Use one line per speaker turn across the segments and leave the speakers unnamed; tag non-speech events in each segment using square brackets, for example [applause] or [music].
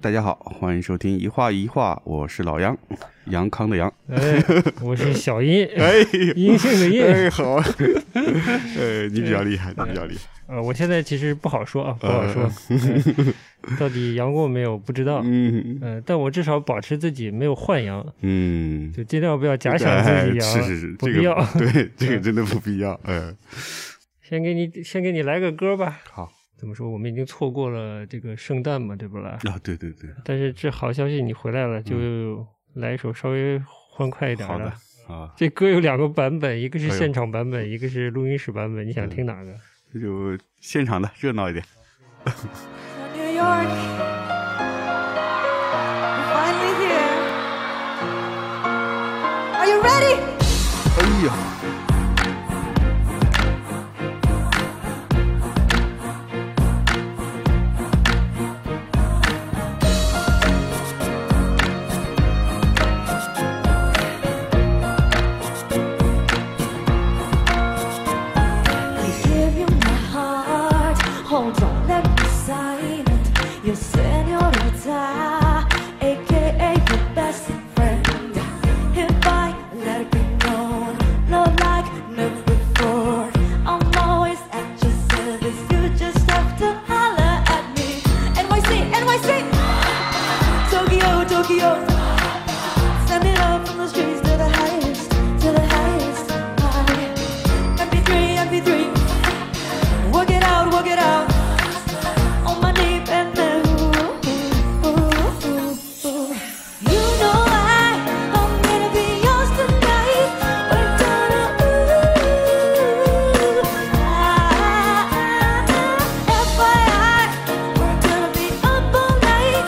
大家好，欢迎收听一画一画，我是老杨，杨康的杨。
哎，我是
[laughs]
小叶，
哎，
阴性的叶。
哎， [laughs] 好，哎，你比较厉害，你比较厉害。
呃，我现在其实不好说
嗯
啊，不好说，呃 [laughs] 到底阳过没有不知道。
嗯
嗯，但我至少保持自己没有换阳，
嗯，
就尽量不要假想自己
哎
阳
是
了。
是是，
不
这
必要
个 [laughs]
[laughs]
对，这个真的不必要。嗯，
先给你，先给你来个歌吧。
好
怎么说？我们已经错过了这个圣诞嘛，对不啦？
啊，对对对，
但是这好消息，你回来了，就来一首稍微欢快一点
嗯好的
的。
啊，
这歌有两个版本，一个是
哎呦嗯
现场版本，一个是录音室版本。你想听哪个？
这就现场的热闹一点。
Well, New York, we're finally here. Are you ready?
哎呀，
Please give you my heart. Hold on, let me sign it. Your senorita, aka your best friend. Hereby let it be known. Not like never before. I'm always at your service. You just have to holler at me. NYC, NYC. Tokyo, Tokyo. Send it up from the streets to the highest, to the highest high. MP3, MP3. Work it out, work it out. On my knee and then. ooh, ooh, ooh, ooh. You know I, I'm gonna be yours tonight. We're gonna ooh, ah, ah, ah. FYI, we're gonna be up all night.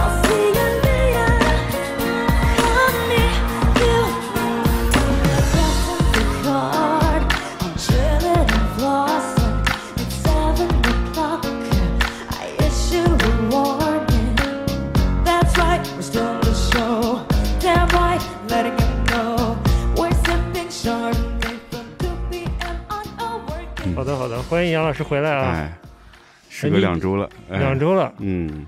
I'll see you later. Come me, you. Letting him know we're sipping Chardonnay from 2 p.m. on a working
好的，好的，欢迎杨老师回来啊！
哎，时隔两周了，哎
两，周了，
嗯，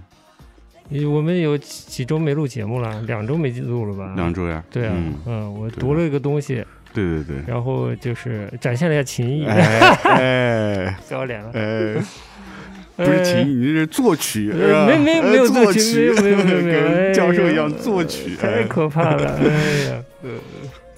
你我们有几几周没录节目了，两周没录了吧？
两周呀，
对啊，
嗯
嗯，我
对
读了一个东西，
对对
[laughs]
对，
然后就是展现了一下琴艺，
哎哎
不
[laughs]
要脸了，
哎。不是
呃
琴，你这是作曲，
呃
是吧
没没
呃
没有作
作
曲
曲，
没有没有没有没有哎
跟
呀
教授一样作曲，
太
哎
可怕了，哎呀，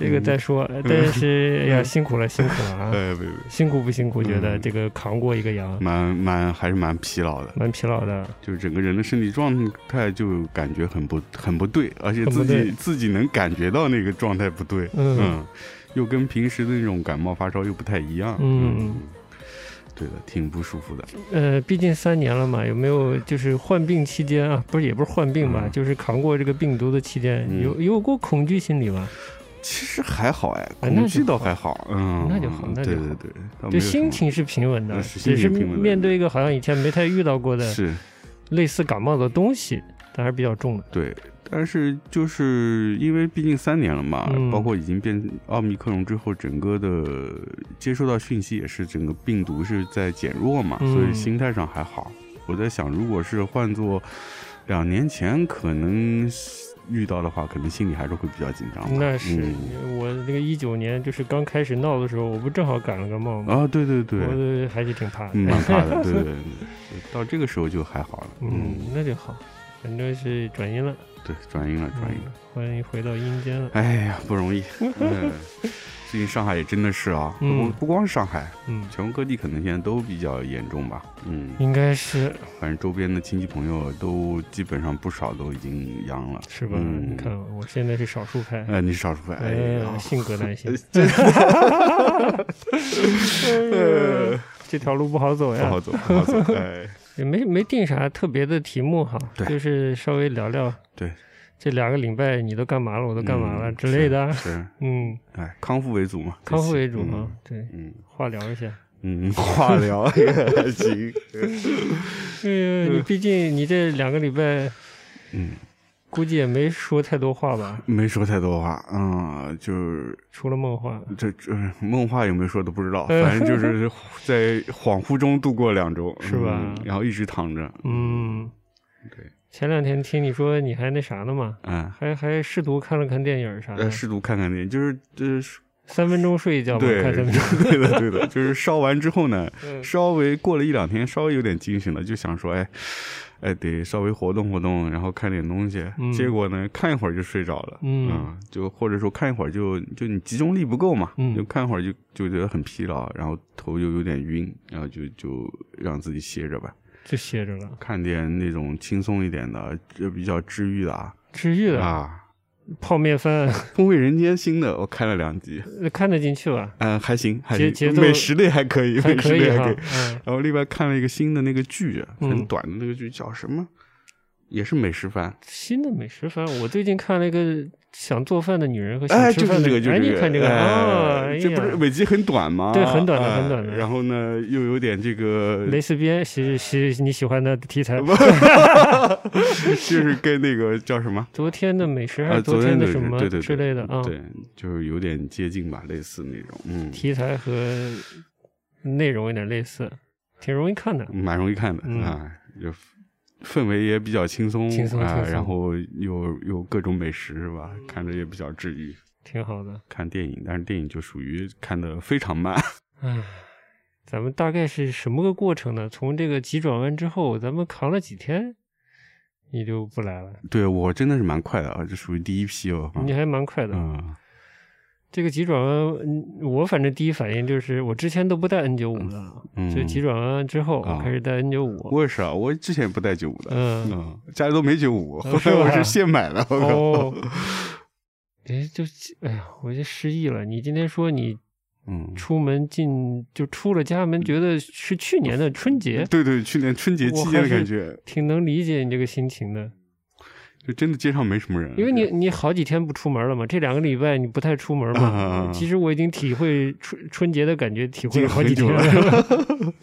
这个再说，但是哎呀，辛苦了，辛苦了啊，
嗯哎，没有，
辛苦不辛苦？觉得
嗯
这个扛过一个羊，
蛮蛮还是蛮疲劳的，
蛮疲劳的，
就是整个人的身体状态就感觉很不很不对，而且
很不
自己
对
自己能感觉到那个状态不对，
嗯
嗯，又跟平时的那种感冒发烧又不太一样，
嗯
对的，挺不舒服的，
呃，毕竟三年了嘛，有没有就是患病期间啊，不是也不是患病吧，
嗯
就是扛过这个病毒的期间，
嗯
有有过恐惧心理吗？
其实还好哎，
啊那
恐
就
惧倒
好
还好，嗯，
那就好那就
对对
好
对，倒啊没
就
有
心
什么
情是平稳的，
呃是心
只是
情平稳的
面对一个好像以前没太遇到过的
是
类似感冒的东西，但还是比较重的。
对，但是就是因为毕竟三年了嘛，
嗯
包括已经变奥密克戎之后，整个的接收到讯息也是整个病毒是在减弱嘛，
嗯
所以心态上还好。我在想，如果是换做两年前，可能遇到的话，可能心里还是会比较紧张吧。
那是、
嗯、
我那个一九年就是刚开始闹的时候，我不正好赶了个冒吗？
啊，对对对，
我还是挺怕的。
嗯蛮怕的，
[laughs]
对对对。到这个时候就还好了，
嗯，那就好，反正是转阴了，
对，转阴了，转阴了。
嗯，欢迎回到阴间了。
哎呀，不容
[laughs]
易。嗯最近上海也真的是啊，不
嗯
不光是上海，
嗯，
全国各地可能现在都比较严重吧。嗯，
应该是
反正周边的亲戚朋友都基本上不少都已经阳了，
是吧？
嗯
你看我现在是少数派，
哎，你少说，哎呀
呃，，性格难
[laughs]
行， [laughs]
这
哎呀这条路不好走
不
哎呀
[laughs] 好。走，不好
[laughs]
走，哎，
也没没定啥特别的题目哈，
对
就是稍微聊聊。
对，
这两个礼拜你都干嘛了，我都干嘛了、
嗯
之类的。
是，
嗯， [laughs]
哎，康复为主嘛，
康复为主
这期
啊，对，
嗯
话聊一下。
嗯， [laughs] 嗯化疗行，
哎呀，你毕竟你这两个礼拜
嗯，
估计也没说太多话吧，
没说太多话，嗯，就是
除了梦话。
这这梦话有没有说的不知道，
嗯
反正就是 [laughs] 在恍惚中度过两周，
是吧
嗯然后一直躺着，
嗯，
对，
前两天听你说你还那啥呢嘛，
嗯，
还还试图看了看电影儿啥的
呃，，试图看看电影，就是就是
三分钟睡一觉吧，
对，
看三分钟。
[laughs] 对的，对的，就是烧完之后呢，
[laughs] 嗯
稍微过了一两天，稍微有点精神了，就想说，哎，哎，得稍微活动活动，然后看点东西。
嗯
结果呢，看一会儿就睡着了，
嗯
就或者说看一会儿就就你集中力不够嘛，
嗯
就看会儿就就觉得很疲劳，然后头又有点晕，然后就就让自己歇着吧，
就歇着了，
看点那种轻松一点的，就比较治愈的啊
治愈的
啊，
泡面番
《风味人间》新的我看了两集，
[laughs] 看得进去吧？
嗯，还行，还
节
行，
节奏
美食类还可以，
还
美食
可以
类还
哈
可以。，
嗯，
然后另外看了一个新的那个剧，
嗯
很短的那个剧叫什么？也是美食番。
新的美食番，我最近看了一个想做饭的女人和想
哎，
吃
就是
饭的，
这个，就是
哎，
这
你
个，
看这个
哎
啊，哎
这不是
呀
每集很短吗？
对很短的
哎
很短的
然后呢，又有点这个，
蕾丝边喜喜你喜欢的题材。
[laughs] 就是跟那个叫什么？
昨天的美食还
呃，
是昨
天
天的
是
什么
对对对
之类的啊？
对，就是有点接近吧，类似那种，嗯，
题材和内容有点类似，挺容易看的。
蛮容易看的
嗯
啊，就氛围也比较轻松，
轻松
啊
轻，松
然后有有各种美食是吧？看着也比较治愈。
挺好的。
看电影，但是电影就属于看的非常慢。 [laughs]
唉，咱们大概是什么个过程呢？从这个急转弯之后，咱们扛了几天，你就不来了，
对我真的是蛮快的啊，这属于第一批哦。
你还蛮快的。
嗯，
这个急转弯，嗯我反正第一反应就是，我之前都不带 N 九五的，
嗯
所以急转弯之后
啊
我开始带 N 九五。
我也是啊，我之前也不带九五的，
嗯
嗯，家里都没九五，后
是
来我
吧
是现买的。我靠
哦，哎，就哎呀，我就失忆了。你今天说你
嗯，
出门进就出了家门，觉得是去年的春节，
对对，去年春节期间的感觉，
挺能理解你这个心情
嗯
的。
就真的街上没什么人，
因为你你好几天不出门了嘛，这两个礼拜你不太出门
啊
嘛，其实我已经体会春春节的感觉，体
这个
会了好
很
几天
久了。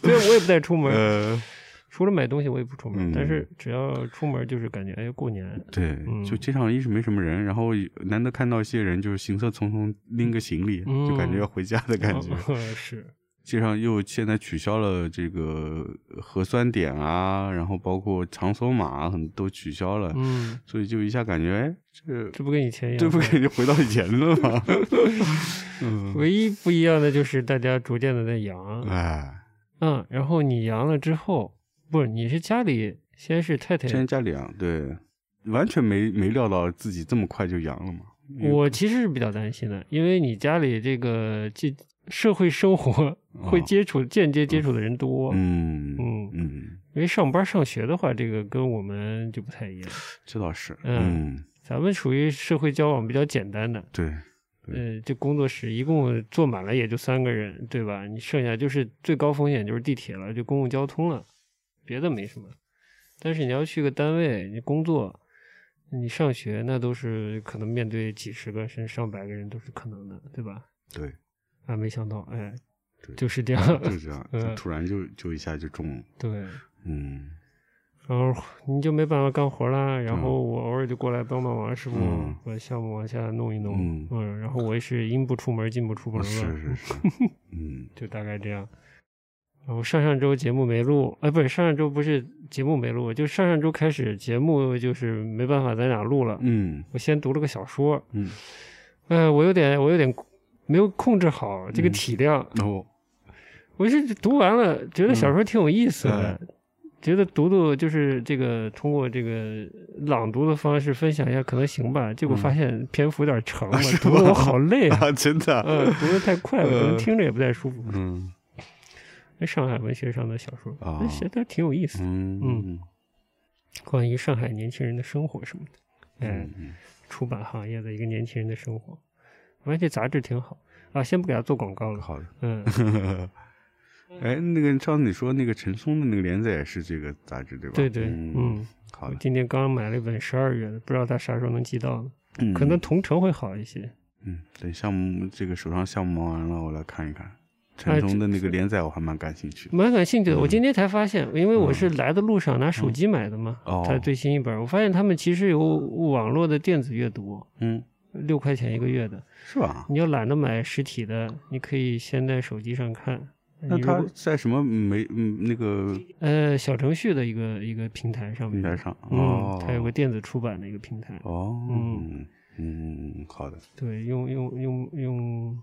[laughs]
所以我也不太出门，
呃，
除了买东西我也不出门，
嗯
但是只要出门就是感觉哎过年，
对，
嗯
就街上一是没什么人，然后难得看到一些人，就是行色匆匆拎个行李，
嗯
就感觉要回家的 [laughs] 感觉。
哦 [laughs] 是
街上又现在取消了这个核酸点啊，然后包括场所码啊，很都取消了，
嗯，
所以就一下感觉，哎，这
这不跟以前一样，
这不感觉回到以前了
[laughs]
吗？嗯，
唯一不一样的就是大家逐渐的在阳，
哎，
嗯，然后你阳了之后，不是你是家里先是太太
现在家里啊，对，完全没没料到自己这么快就阳了嘛。
我其实是比较担心的，因为你家里这个这社会生活会接触、间接接触的人多，
哦嗯
嗯
嗯，
因为上班上学的话，这个跟我们就不太一样，
这倒是，
嗯
嗯，
咱们属于社会交往比较简单的，
对，对
呃，这工作室一共坐满了也就三个人，对吧？你剩下就是最高风险就是地铁了，就公共交通了，别的没什么。但是你要去个单位，你工作，你上学，那都是可能面对几十个甚至上百个人都是可能的，对吧？ [laughs]
对，
啊，没想到，哎
对，啊
就是这样，
就这样，就
嗯
突然就就一下就中了，
对。
嗯
然后你就没办法干活啦，然
嗯
后我偶尔就过来帮帮忙，师傅
嗯，
把项目往下弄一弄，
嗯啊
嗯然后我也是阴不出门，进不出门嘛，
是是
[laughs]
是，嗯
就大概这样。然后上上周节目没录，哎，不是上上周不是节目没录，就上上周开始节目就是没办法咱俩录了，
嗯
我先读了个小说，
嗯，
哎，我有点我有点没有控制好这个
嗯
体量，
然后
我是读完了，觉得小说挺有意思的，
嗯
觉得读读就是这个通过这个朗读的方式分享一下可能行吧。结果发现篇幅有点长
嗯
了，
啊是
读的
吧
我好累啊，
[laughs] [laughs] 啊，真的啊，
嗯，读的太快了，可能
嗯
听着也不太舒服。
[laughs] 嗯。
那上海文学上的小说，
啊
那写的挺有意思的，
嗯
关于上海年轻人的生活什么的，哎，
嗯
出版行业的一个年轻人的生活，我发现这杂志挺好啊。先不给他做广告
嗯，
了，
好的。
嗯，
[laughs] 哎，那个上次你说那个陈松的那个连载也是这个杂志对吧？
对对，
嗯，
嗯
好
我
的，
今天刚买了一本十二月的，不知道他啥时候能寄到呢？
嗯
可能同城会好一些。
嗯，等项目这个手上项目忙完了，我来看一看陈
哎
松
这
的那个连载，我还蛮感兴趣的。
蛮感兴趣的，
嗯
我今天才发现，因为我是来的路上拿手机买的嘛，
嗯哦
它最新一本，我发现他们其实有网络的电子阅读，
嗯，
六块钱一个月的。
是吧？
你要懒得买实体的，你可以先在手机上看，
那
你如
他
果
在什么媒嗯那个
呃小程序的一个一个平台上
平台
面，
上？
嗯
哦，，
它有个电子出版的一个平台，
哦，
嗯
嗯，好的，
对，用用用用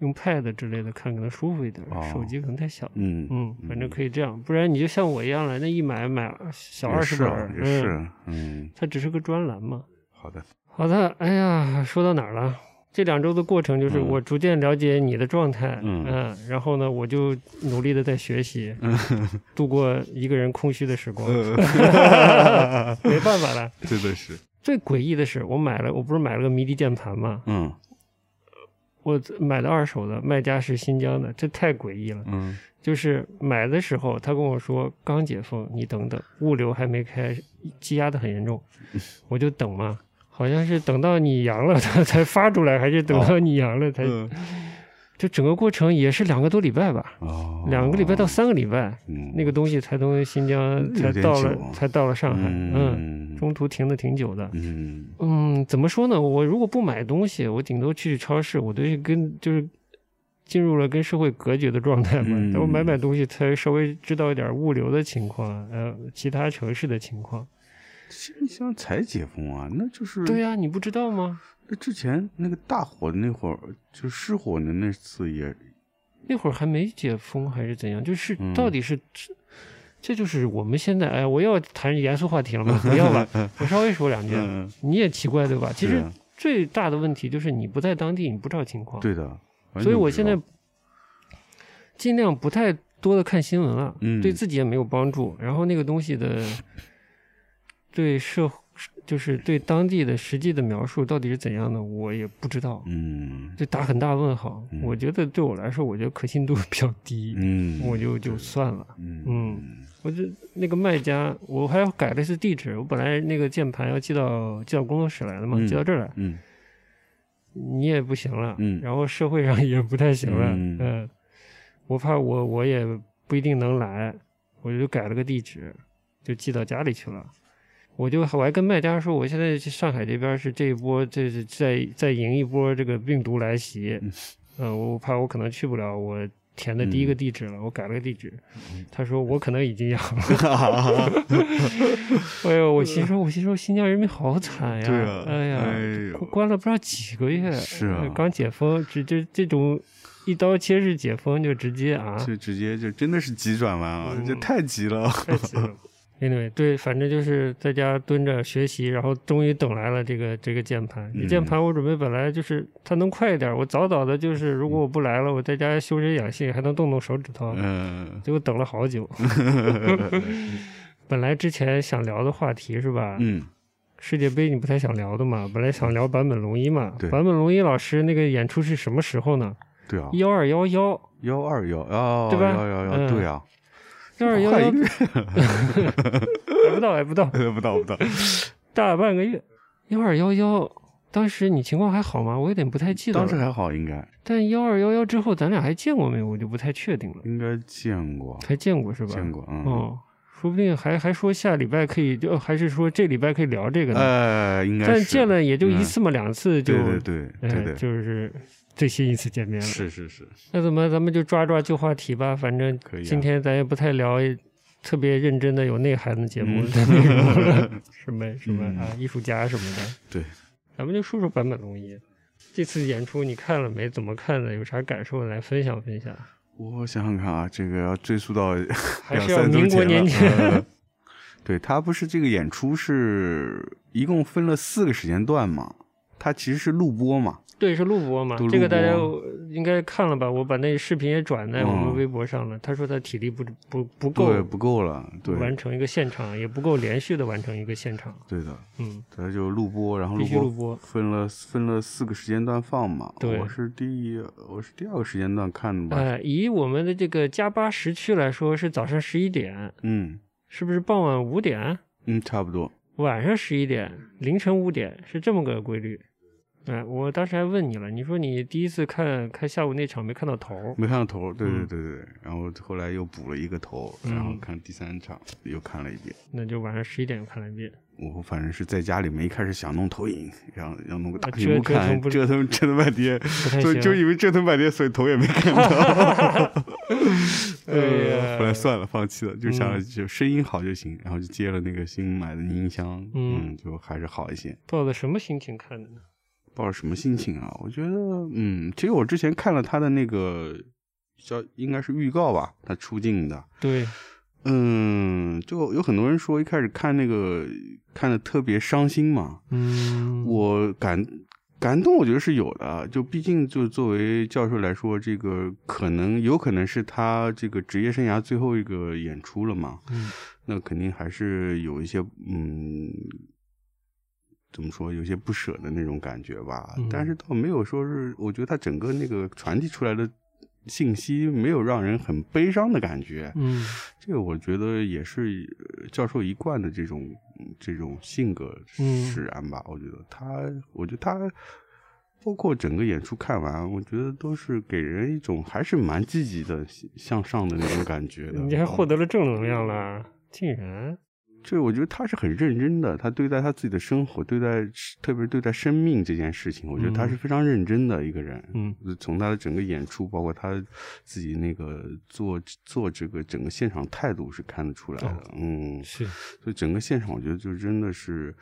用 Pad 之类的看可能舒服一点，
哦
手机可能太小。
嗯
嗯，反正可以这样，不然你就像我一样来那一买买小二
也
十
是
本
啊
儿，
也是
嗯，，
嗯，
它只是个专栏嘛。
好
[laughs]
的，
好的，哎呀，说到哪儿了？这两周的过程就是
嗯
我逐渐了解你的状态，
嗯
然后呢，我就努力的在学习，
嗯
度过一个人空虚的
[laughs]
时光， [laughs] 没办法了。
真的是，
最诡异的是，我买了，我不是买了个迷笛键盘吗？
嗯
我买的二手的，卖家是新疆的，这太诡异了。
嗯，
就是买的时候，他跟我说刚解封，你等等，物流还没开，积压的很严重，我就等嘛。好像是等到你阳了， [laughs] 他才发出来，还是等到你阳了才？
嗯
就整个过程也是两个多礼拜吧，
哦，
两个礼拜到三个礼拜，
嗯
那个东西才从新疆才
有点
到
久
了，才到了上海。嗯，
嗯
中途停的挺久的。
嗯
嗯，怎么说呢？我如果不买东西，我顶多去超市，我对跟就是进入了跟社会隔绝的状态嘛。
嗯
等我买买东西，才稍微知道一点物流的情况，呃，其他城市的情况。
新疆才解封啊，那就是
对呀、你不知道吗？
那之前那个大火的那会儿，就失火的那次也，
那会儿还没解封还是怎样？就是
嗯
到底是。这这就是我们现在，哎，我又要谈严肃话题了吗？不
[laughs]
要吧，我稍微说两句。
嗯，
你也奇怪对吧？其
是
实
啊
最大的问题就是你不在当地，你不知道情况。
对的。完
所以
全
我
不知
现在
道
尽量不太多的看新闻了，
嗯
对自己也没有帮助。然后那个东西的对社就是对当地的实际的描述到底是怎样的，我也不知道，
嗯
就打很大问号。
嗯
我觉得对我来说，我觉得可信度比较低，
嗯，
我就就算了。
嗯
嗯我就那个卖家，我还要改了一次地址。我本来那个键盘要寄到寄到工作室来的嘛，
嗯
寄到这儿来，
嗯
你也不行了，
嗯
然后社会上也不太行了，
嗯
呃我怕我我也不一定能来，我就改了个地址，就寄到家里去了。我就我还跟卖家说，我现在去上海这边是这一波，这是在在迎一波这个病毒来袭，嗯、我怕我可能去不了，我填的
嗯
第一个地址了，我改了个地址。他说我可能已经
[laughs]
阳了， [laughs] 哎呦，我心说，我心说新疆人民好惨
[laughs]
呀，
对啊
哎呀，
哎呦
关了不知道几个月，
是啊
刚解封，这这这种一刀切式解封就直接啊，
就直接就真的是急转弯啊，
嗯
这太急了。
太急了。Anyway，对，反正就是在家蹲着学习，然后终于等来了这个这个键盘。这
嗯
键盘我准备本来就是它能快一点，我早早的就是如果我不来了，我在家休身养性，还能动动手指
[laughs]
头。
嗯
结果等了
[laughs]
好久。本来之前想聊的话题是吧？
嗯，
世界杯你不太想聊的嘛，本来想聊坂本龙一嘛。
对
坂本龙一老师那个演出是什么时候呢？
对啊，
幺二幺幺，
幺二幺哦，
对吧
幺幺
嗯
幺，对啊，
幺二幺
快
幺
一个月
还不到，哎还不到，
[laughs] 不到不到，
大半个月。幺二幺幺，当时你情况还好吗？我有点不太记得
当时
了。
还好，应该
但幺二幺幺之后，咱俩还见过没有？我就不太确定了。
应该见过，
还见过是吧？
见。过，嗯，
哦，说不定还还说下礼拜可以，就还是说这礼拜可以聊这个呢。
呃，应该
但
是
见了也就一
嗯
次嘛，两次就，
对对对对
呃，
对，
就是最新一次见面了。
是是是，
那怎么咱们就抓抓旧话题吧？反正
可以啊
今天咱也不太聊特别认真的、有内涵的节目的内
嗯
容了， [laughs] 什么什么啊，艺术家什么的。
对，
咱们就说说坂本龙一这次演出，你看了没？怎么看的？有啥感受？来分享分享。
我想想看啊，这个要追溯到
还
两
是要
三周
民国
前
年
了
间？
呃 [laughs] 对他不是这个演出是一共分了四个时间段嘛？它其实是录播嘛？
对，是录播嘛
都？录
这个大家
播
应该看了吧？我把那视频也转在我们
嗯
微博上了。他说他体力不不不
对，
够
不够了，对
完，成一个现场，也不够连续的完成一个现场。
对的，
嗯，
他就录播，然后
必
录
须录播
分了分了四个时间段放嘛。
对
我是第一，我是第二个时间段看的吧？
呃，以我们的这个加八时区来说，是早上十一点，
嗯
是不是傍晚五点？
嗯，差不多。
晚上十一点，凌晨五点，是这么个规律。哎、我当时还问你了，你说你第一次看看下午那场没看到头儿，
没看到头，对对
嗯
对对，然后后来又补了一个头，然后
嗯
看第三场又看了一遍，
那就晚上十一点又看了一遍。
我反正是在家里面一开始想弄投影，然后要弄个大
啊
屏幕
折折腾
看，
不
折腾折腾半天，
不太
就
行。
就因为折腾半天，所以头也没看到。呃
哎呀
后来算了，放弃了，就想着就声音好就行，然后就接了那个新买的音箱，
嗯
嗯，就还是好一些。
抱着什么心情看的呢？
抱着什么心情啊？我觉得，嗯，其实我之前看了他的那个叫应该是预告吧，他出镜的，
对，
嗯，就有很多人说一开始看那个看的特别伤心嘛，
嗯，
我感感动，我觉得是有的，啊就毕竟就作为教授来说，这个可能有可能是他这个职业生涯最后一个演出了嘛，
嗯
那肯定还是有一些嗯，怎么说，有些不舍的那种感觉吧。
嗯
但是倒没有说是，我觉得他整个那个传递出来的信息没有让人很悲伤的感觉。
嗯
这个我觉得也是呃教授一贯的这种嗯这种性格
嗯
使然吧。我觉得他，我觉得他。包括整个演出看完，我觉得都是给人一种还是蛮积极的、向向上的那种感觉的。
你还获
嗯
得了正能量了，竟然，
这我觉得他是很认真的，他对待他自己的生活，对待特别是对待生命这件事情，我觉得他
嗯
是非常认真的一个人。呃
嗯
从他的整个演出，包括他自己那个做做这个整个现场态度是看得出来的。
哦
嗯，
是，
所以整个现场我觉得就真的是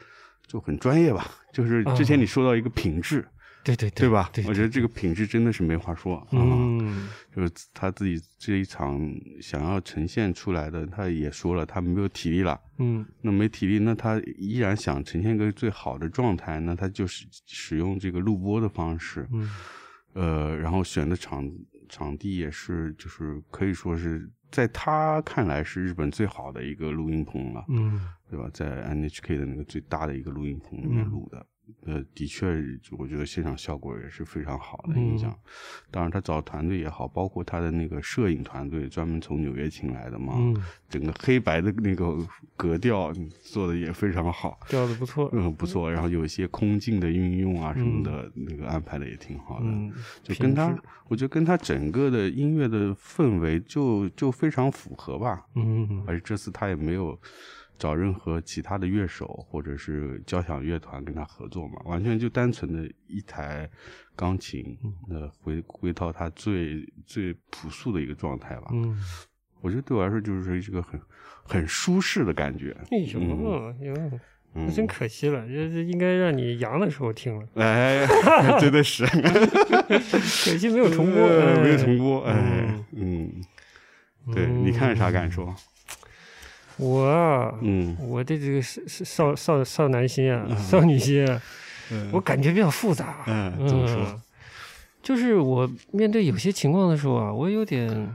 就很专业吧。就是之前
啊
你说到一个品质，
对对
对吧？
对，
我觉得这个品质真的是没话说啊。
嗯
就是他自己这一场想要呈现出来的，他也说了，他没有体力了。
嗯
那没体力，那他依然想呈现一个最好的状态，那他就是使用这个录播的方式，
嗯
呃，然后选的场场地也是，就是可以说是在他看来是日本最好的一个录音棚了，
嗯
对吧？在 NHK 的那个最大的一个录音棚里面
嗯
录的，呃，的确，我觉得现场效果也是非常好的
嗯
音响。当然，他找团队也好，包括他的那个摄影团队，专门从纽约请来的嘛，
嗯，
整个黑白的那个格调做的也非常好，
调的不错，
嗯，不错。然后有一些空镜的运用啊什么的，那个安排的也挺好的。
嗯，
就跟他
品质，
我觉得跟他整个的音乐的氛围就就非常符合吧。
嗯
而且这次他也没有找任何其他的乐手或者是交响乐团跟他合作嘛，完全就单纯的一台钢琴，
嗯
呃，回归到他最最朴素的一个状态吧。
嗯，
我觉得对我来说就是一个很很舒适的感觉。
哎呦呦，
嗯
那真可惜了，这这应该让你阳的时候听了，
哎， [laughs] 真的
[laughs]
是
可惜没有重播，
呃
哎
没有重播，哎，嗯，对，你看啥感受？
我啊，
嗯，
我的这个少少少少男心啊，少女心啊，我感觉比较复杂。啊
嗯怎么说
就是我面对有些情况的时候啊，我有点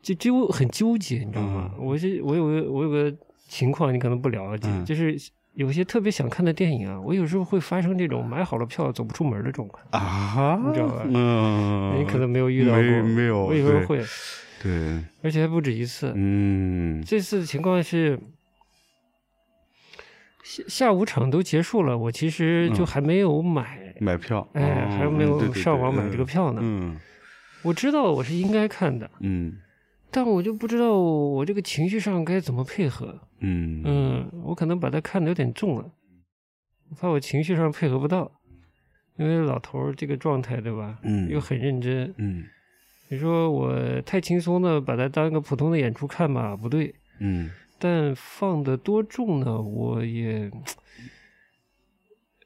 就纠很纠结，你知道吗？我是我有个我有个情况，你可能不了解，
嗯
就是有些特别想看的电影啊，我有时候会发生这种买好了票走不出门的状况。
啊，
你知道吧
嗯，
你可能没有遇到过，
没没有
我有时
对
候会，
对，
而且还不止一次。
嗯，
这次情况是下下午场都结束了，我其实就
嗯
还没有买，
买票，哦嗯
哎，还没有上网买这个
票
票呢。
嗯
我知道我是应该看的，
嗯
但我就不知道我这个情绪上该怎么配合。
嗯
嗯，我可能把它看的有点重了，我怕我情绪上配合不到，因为老头儿这个状态对吧？
嗯
又很认真。
嗯
你说我太轻松的把它当一个普通的演出看吧，不对。
嗯
但放的多重呢，我也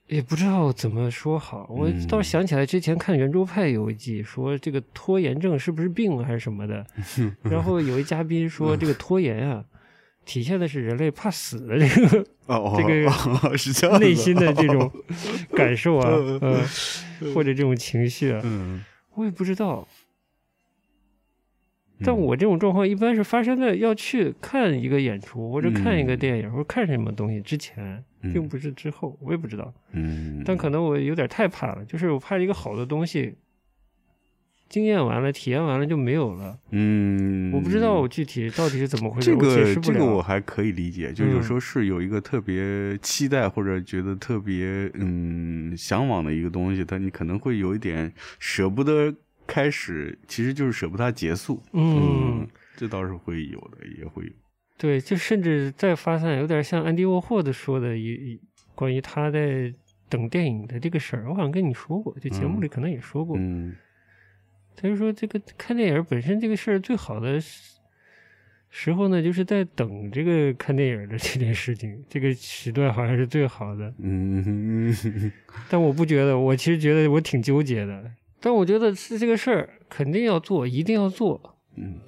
也不知道怎么说好。我
嗯
倒是想起来之前看《圆桌派》有一集说这个拖延症是不是病啊还是什么的，然后有一嘉宾说这个拖延啊。体现的是人类怕死的这个
[laughs] 哦，
这个
哦 [laughs] 是这样子
内心的这种
哦
感受啊，
嗯
呃，或者这种情绪啊，
[laughs] 嗯，
我也不知道。但
嗯
我这种状况一般是发生在要去看一个演出，或者看一个
嗯
电影，或者看什么东西之前，
嗯
并不是之后，我也不知道。
嗯，
但可能我有点太怕了，就是我怕一个好的东西，经验完了、体验完了就没有了。
嗯，
我不知道我具体到底是怎么回事，
这
我解
个
释
这
不了。
个我还可以理解，就有
嗯
时候是有一个特别期待或者觉得特别嗯向往的一个东西，但你可能会有一点舍不得开始，其实就是舍不得它结束。
嗯，
这倒是会有的，也会有。
对，就甚至再发散，有点像安迪沃霍的说的一一关于他在等电影的这个事儿，我好像跟你说过，就节目里可能也说过，
嗯
他就说这个看电影本身这个事儿最好的时时候呢，就是在等这个看电影的这件事情，这个时段好像是最好的。
嗯嗯
但我不觉得，我其实觉得我挺纠结的。但我觉得是这个事儿肯定要做，一定要做。
嗯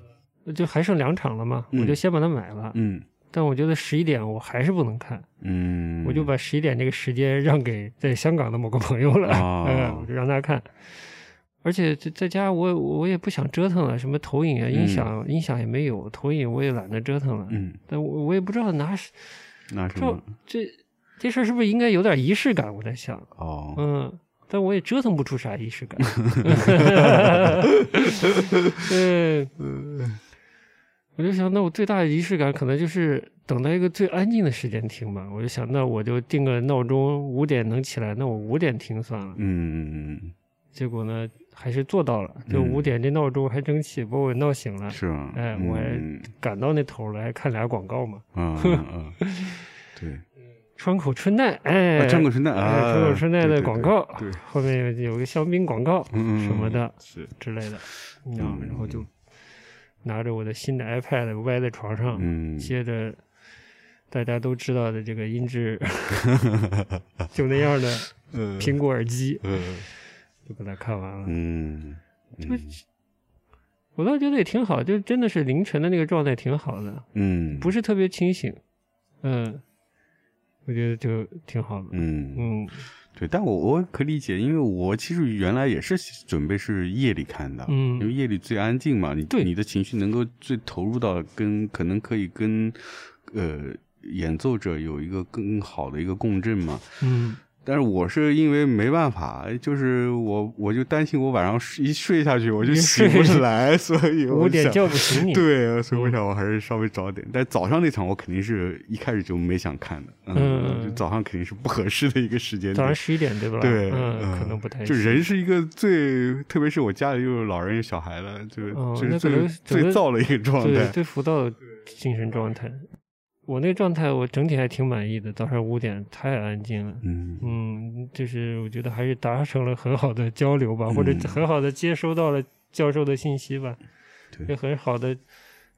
就还剩两场了嘛，
嗯
我就先把它买了。
嗯
但我觉得十一点我还是不能看，
嗯，
我就把十一点这个时间让给在香港的某个朋友了，
哦
[laughs] 嗯，我就让他看。而且在在家我我也不想折腾了，什么投影啊、音响、音响也没有，投影我也懒得折腾了。
嗯
但我我也不知道拿什
那什
这
么
这这事儿是不是应该有点仪式感？我在想，
哦，
嗯，但我也折腾不出啥仪式感。 [laughs]
[laughs]
对，嗯
嗯
我就想，那我最大的仪式感可能就是等待一个最安静的时间听吧。我就想，那我就定个闹钟，五点能起来，那我五点听算了。
嗯嗯
结果呢，还是做到了，
嗯
就五点这闹钟还真起，把我闹醒了
嗯，。是吗？
哎，我还
嗯
赶到那头来看俩广告嘛，
嗯嗯
[laughs]
嗯，对，
川口春奈，哎，
啊，张口春奈
哎
啊，
川口春奈
对
的
对
广告，
对，对
后面有有个香槟广告，
嗯嗯
什么的
嗯是，
之类的，你知道吗？
嗯
然后就拿着我的新的 iPad 歪在床上，
嗯，
接着大家都知道的这个
[laughs]
音质就那样的
呃
苹果耳机，
呃
就把它看完了。
嗯
我倒觉得也挺好，就真的是凌晨的那个状态挺好的，
嗯，
不
是，
是特别清醒，嗯，我觉得就挺好的，
嗯
嗯
对，但我我可理解，因为我其实原来也是准备是夜里看的，
嗯
因为夜里最安静嘛，你
对
你的情绪能够最投入到跟可能可以跟呃演奏者有一个更好的一个共振嘛。
嗯
但是我是因为没办法，哎就是我我就担心我晚上睡一睡下去我就
你
醒
[laughs] 睡
不来，所以我
五点
想
叫不醒你，
对，所以我想我还是稍微早点。但早上那场我肯定是一开始就没想看的，
嗯
就早上肯定是不合适的一个时间点。
早上十一点对吧？
对，
嗯，可能不太
就
行
人是一个最，特别是我家里又有老人有小孩了，就、
哦
就是
那可
最
能整
最
个
燥的一个状
对，
态。
最浮躁的精神状态。我那个状态，我整体还挺满意的。早上五点太安静了，
嗯
嗯，就是我觉得还是达成了很好的交流吧，或者
嗯
很好的接收到了教授的信息吧，
对
也很好的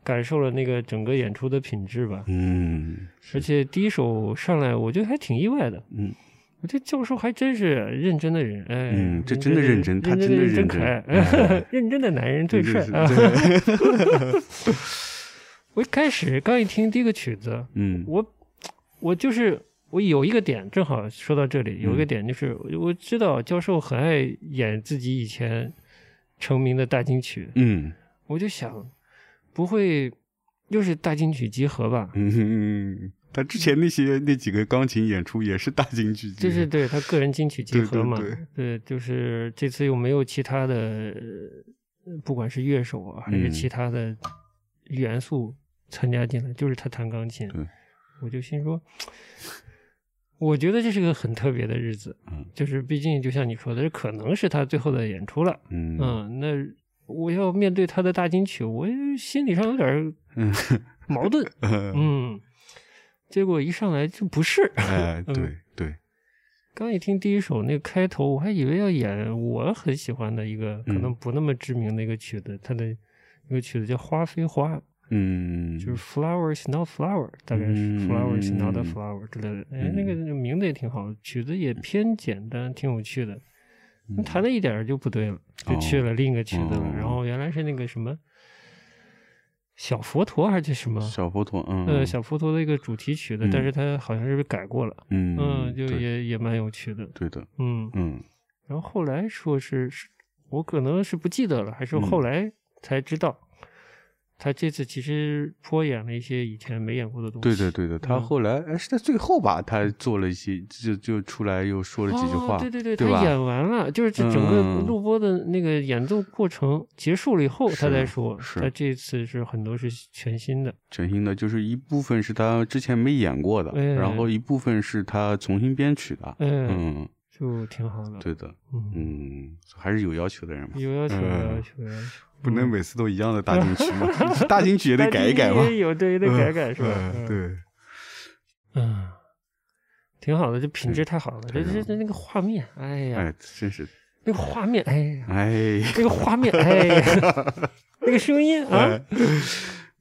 感受了那个整个演出的品质吧。
嗯
而且第一首上来，我觉得还挺意外的。
嗯
我觉得教授还真是认真的人，哎，
嗯这真的认真他
认
真的
认
认
可
真
爱，
哎
[laughs] 认真的男人最
这
帅
是
啊！ [laughs]
对
我一开始刚一听第一个曲子，
嗯
我我就是我有一个点，正好说到这里，有
嗯
一个点就是、我知道教授很爱演自己以前成名的大金曲，
嗯
我就想不会又是大金曲集合吧？
嗯嗯，他之前那些那几个钢琴演出也是大金曲集，
就是对他个人金曲集合嘛，
嗯对对
对就是这次又没有其他的，呃不管是乐手啊还是
嗯
其他的元素参加进来，就是他弹钢琴
对，
我就心说， [sniffs] 我觉得这是个很特别的日子，
嗯
就是毕竟就像你说的，这可能是他最后的演出了，
嗯
嗯，那我要面对他的大金曲，我心理上有点
嗯
矛
[laughs]
盾，
嗯
嗯，结果一上来就不是，
哎
[laughs] 嗯
对对
刚一听第一首那个开头，我还以为要演我很喜欢的一个，可
嗯
能不那么知名的一个曲子，它的一个曲子叫《花非花》，
嗯
就是 Flowers Not Flower，大概是
嗯
Flowers Not a
嗯
Flower 之类的。哎，那个名字也挺好，曲子也偏简单，挺有趣的。那弹的一点儿就不对了，就去了另一个曲子了
嗯哦。
然后原来是那个什么小佛陀还是什么？
小佛陀嗯
呃，小佛陀的一个主题曲的，
嗯
但是它好像是改过了，
嗯
嗯，就
对
也也蛮有趣的，
对的
嗯。
嗯
然后后来说是，是我可能是不记得了，还是后
嗯
来才知道，他这次其实颇演了一些以前没演过的东西。
对的，对的，他
嗯
后来哎是在最后吧，他做了一些，就就出来又说了几句话，
哦、对对对，
对吧
他演完了，就是这整个
嗯
录播的那个演奏过程结束了以后，他
是
才说，
是
他这次是很多是全新的。
全新的，就是一部分是他之前没演过的，
哎
然后一部分是他重新编曲的，
嗯，
嗯
就挺好的。，
对的，
嗯，
嗯，还是有要求的人嘛，
有要求，有
嗯
要求，有要求，
不
嗯
能每次都一样的大金曲
[laughs]
嘛， [laughs] 大金曲也得
但
改一改嘛
你，也有对，也得改改是吧？
嗯
嗯，
对，
嗯，挺好的，这品质太好了，这
太
这
好
这那个画面，哎呀，
哎，真是，
那个画面，哎呀，
哎，
那个画面，哎呀， [laughs] 那个声音啊，
哎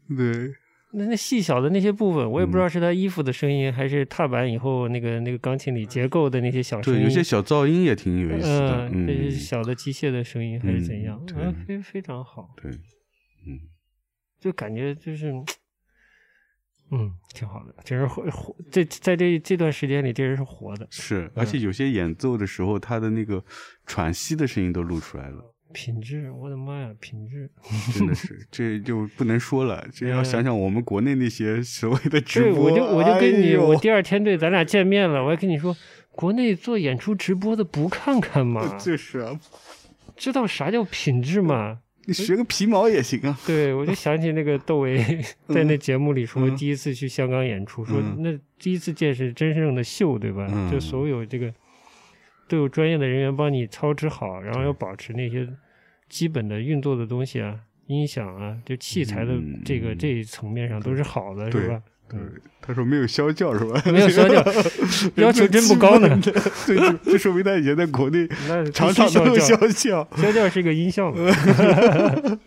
[laughs] 对，
那那细小的那些部分，我也不
嗯
知道是他衣服的声音，还是踏板以后那个那个钢琴里结构的那些小声音，
对，有些小噪音也挺有意思的，
嗯，这
嗯
是，小的机械的声音还是怎样
嗯，对
嗯，非非常好，
对，嗯，
就感觉就是。嗯，挺好的，这人活活这在这这段时间里，这人是活的，
是，而且有些演奏的时候，他的那个喘息的声音都录出来了，
品质，我的妈呀，品质！ [laughs]
真的是，这就不能说了，这要想想我们国内那些所谓的直
嗯对，
播，
我就我就跟
哎
你，
呦
我第二天对咱俩见面了，我还跟你说，国内做演出直播的不看
[laughs]
看吗？
就是啊，
知道啥叫品
[laughs]
质吗？
你学个皮毛也行啊，
对，我就想起那个窦唯 [laughs] 在那节目里说，
嗯
第一次去香港演出，说
嗯
那第一次见识真正的秀，对吧？
嗯
就所有这个都有专业的人员帮你操持好，然后要保持那些基本的运作的东西啊，音响啊，就器材的
嗯
这个这一层面上都是好的，是
对 [laughs]
吧？
对，他说没有消教是吧？
没有
[laughs]
说教，要求真不高呢。嗯
对，就就说明他以前在国内
那
常
必须
常都有
消 [laughs]
消
教，
教，
消教是个音效嘛？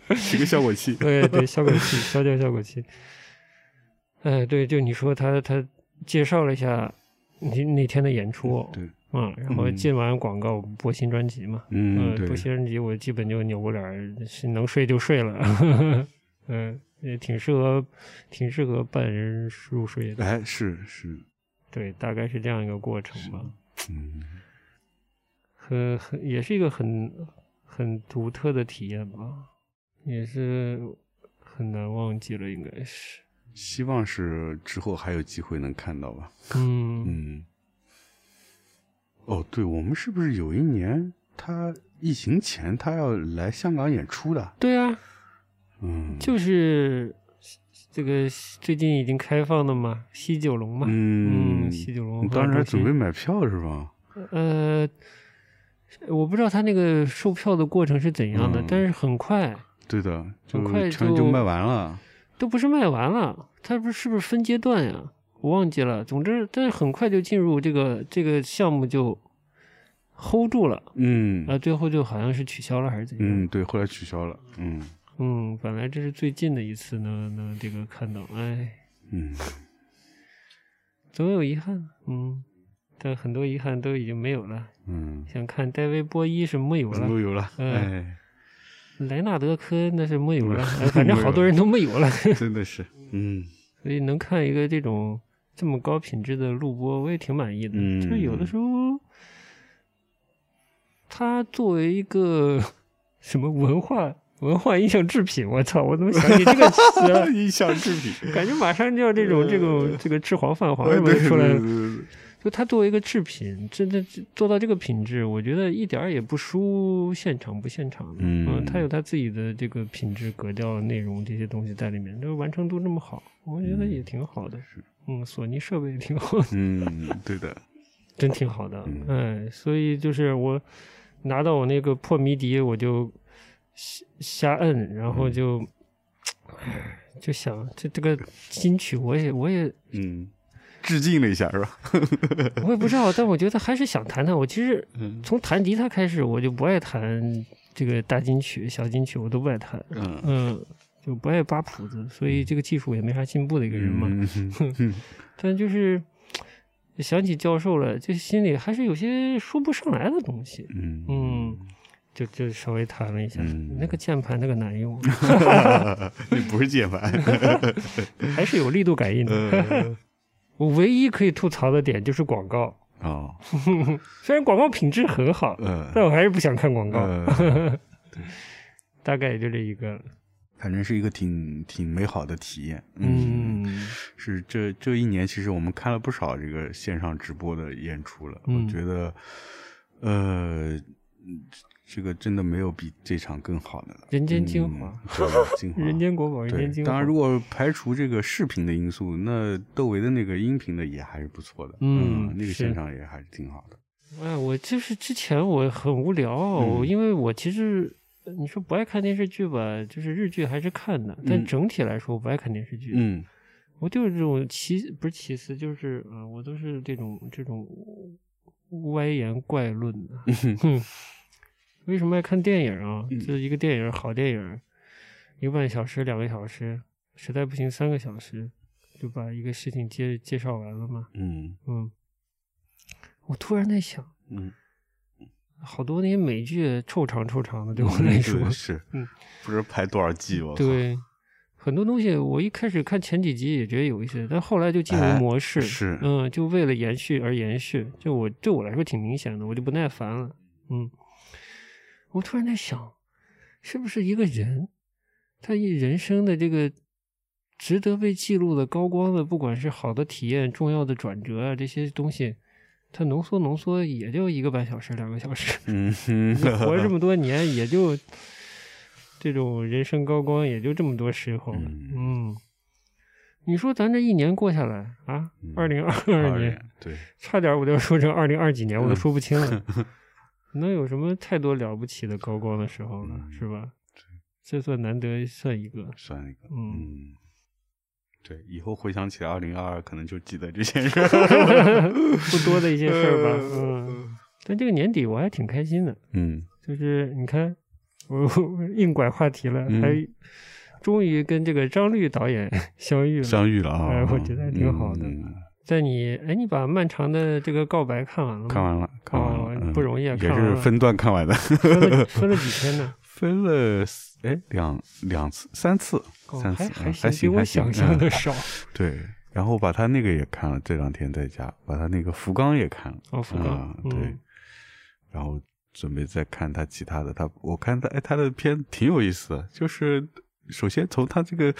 嗯是个效果器。
[laughs] 对对，效果器，消教效果器。哎，对，就你说他他介绍了一下你那天的演出，
对，
嗯，然后
嗯
进完广告播新专辑嘛，
嗯，
呃
对
播，新专辑我基本就扭过脸儿，是能睡就睡了， [laughs] 嗯，也挺适合，挺适合伴人入睡的，
哎，是是，
对，大概是这样一个过程吧。
嗯，
很很也是一个很很独特的体验吧，也是很难忘记了，应该是。
希望是之后还有机会能看到吧。
嗯，
嗯，哦，对，我们是不是有一年他疫情前他要来香港演出的？
对啊，
嗯，
就是这个最近已经开放的嘛，西九龙嘛，
嗯
嗯西九龙
你当时还准备买票是吧？
呃，我不知道他那个售票的过程是怎样的，
嗯
但是很快
对的，就
很快
全就
就
卖完了。
都不是卖完了，它不是是不是分阶段呀？我忘记了。总之，但是很快就进入这个这个项目就 hold 住了。
嗯
啊，最后就好像是取消了还是怎样？
嗯，对，后来取消了。嗯
嗯本来这是最近的一次呢，能这个看到，哎，
嗯，
总有遗憾，嗯，但很多遗憾都已经没有了。
嗯，
想看戴维波伊是没有
什么都
了，
有了，
嗯
哎，
莱纳德科那是没有了，
嗯
哎反正好多人都没有了。
真的是，嗯
所以能看一个这种这么高品质的录播，我也挺满意的。
嗯？
就是有的时候，它作为一个 [laughs] 什么文化文化音响制品，我操，我怎么想起这个词了
[laughs]
[laughs]
音响制品，
感觉马上就要这种这种这个赤黄泛黄什么
嗯呃对
的出来
对
了。就它作为一个制品，真的做到这个品质，我觉得一点儿也不输现场不现场的。呃
嗯
它有它自己的这个品质、格调、内容这些东西在里面，这个完成度这么好，我觉得也挺好的。嗯，索尼设备也挺好的，
嗯，对的，
真挺好的。
嗯
哎，所以就是我拿到我那个破迷笛，我就瞎瞎摁，然
嗯
后就、唉就想这这个金曲我也我也 [laughs]
嗯，致敬了一下是吧？
我也不知道，但我觉得还是想谈谈。我其实
嗯
从弹吉他开始，我就不爱弹这个大金曲、小金曲，我都不爱弹。
嗯，
嗯，就不爱扒谱子，所以这个技术也没啥进步的一个人嘛。 [laughs]
嗯
但就是想起教授了，就心里还是有些说不上来的东西。
嗯
嗯， [laughs] 就就稍微弹了一下，
嗯
那个键盘那个难用，
[laughs] 你不是键盘，
还是有力度感应的。
呃
[laughs] 我唯一可以吐槽的点就是广告，
[laughs] 哦，
虽然广告品质很好，
呃
但我还是不想看广告。
呃，
大概也就这一个了。
[laughs] 反正是一个挺挺美好的体验，
嗯，
是这这一年，其实我们看了不少这个线上直播的演出了。
嗯
我觉得，呃，这个真的没有比这场更好的了。
人间精华
嗯，对精华，
[laughs] 人间国宝，人
对
间精华。
当然，如果排除这个视频的因素，那窦唯的那个音频的也还是不错的。
嗯
那个
是
现场也还是挺好的。
哎，我就是之前我很无聊，
嗯
我因为我其实你说不爱看电视剧吧，就是日剧还是看的，
嗯
但整体来说我不爱看电视剧。，
嗯
我就是这种奇不是奇思，就是嗯、呃我都是这种这种歪言怪论的。嗯哼 [laughs] 为什么爱看电影啊？
嗯
就是一个电影，好电影，一个半小时、两个小时，实在不行三个小时，就把一个事情介介绍完了嘛。
嗯
嗯，我突然在想，
嗯，
好多那些美剧臭长臭长的，对我来说，
是
嗯，
不知道拍多少季我靠，
对，很多东西我一开始看前几集也觉得有意思，但后来就进入
哎
模式，
是
嗯，就为了延续而延续，就我对我来说挺明显的，我就不耐烦了，嗯，我突然在想，是不是一个人，他一人生的这个。值得被记录的高光的，不管是好的体验、重要的转折啊，这些东西，它浓缩浓缩也就一个半小时、两个小时。 [laughs]
嗯哼，
你活了这么多年，也就这种人生高光，也就这么多时候了。
嗯
嗯，你说咱这一年过下来啊
嗯，
二零二二年，
年，对，
差点我都要说成二零二几年，我都说不清了。能有什么太多了不起的高光的时候了
嗯，
是吧？这算难得算一个。
算一个，
嗯，
嗯，对，以后回想起二零二二，可能就记得这件事
[laughs]
儿
不多的一些事儿吧。
呃
嗯，但这个年底我还挺开心的。
嗯
[laughs] 就是你看，我我硬拐话题了，
嗯
还终于跟这个张律导演 [laughs] 相遇了。
相遇了啊，
哎我觉得还挺好的
嗯
在你哎，你把漫长的这个告白看完了吗？
嗯看完了，看完了，
哦
嗯
不容易啊
也
看完
是
了
分段看完的，
[laughs] 分
[laughs]
了分了几天呢？
分了四哎两两次三次
哦
三，次
还
嗯
还
还
比
行
我
还行
想象的
嗯
少。
对，然后把他那个也看了，这两天在家把他那个福冈也看了，
哦，福冈
啊，对
嗯，
然后准备再看他其他的。他我看他哎，他的片挺有意思的，就是首先从他这个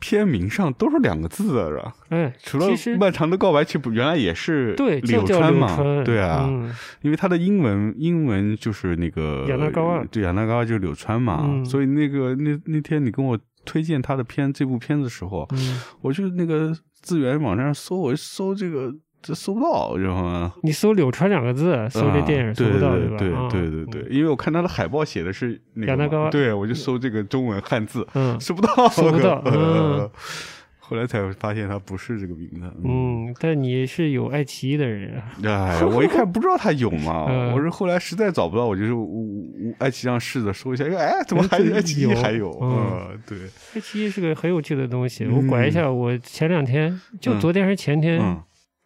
片名上都是两个字的，是吧？
哎，
除了
其实
《漫长的告白曲》，不原来也是
对，就
柳
叫
川
柳
嘛，对啊，
嗯
因为他的英文英文就是那个
亚纳高二
对亚纳高二就是柳川嘛，
嗯
所以那个那那天你跟我推荐他的片这部片子的时候，
嗯，
我去那个资源网站上搜，我一搜这个这搜不到，知道吗？
你搜柳川两个字，搜这电影
啊
搜不到
对
吧？
对
啊
对对对，对，因为我看他的海报写的是那
亚
个
纳
嘛
高二啊
对我就搜这个中文汉字，
嗯
搜不到，
搜不到
呃
嗯
[laughs] 后来才发现他不是这个名字，
嗯嗯，但你是有爱奇艺的人啊，
哎，我一看不知道他有嘛，
[laughs] 嗯
我是后来实在找不到，我就是我我我爱奇艺上试着搜一下，哎，怎么还
哎这
爱奇艺
有
还有？
嗯
嗯，对，
爱奇艺是个很有趣的东西。
嗯
我拐一下，我前两天就
嗯
昨天还是前天
嗯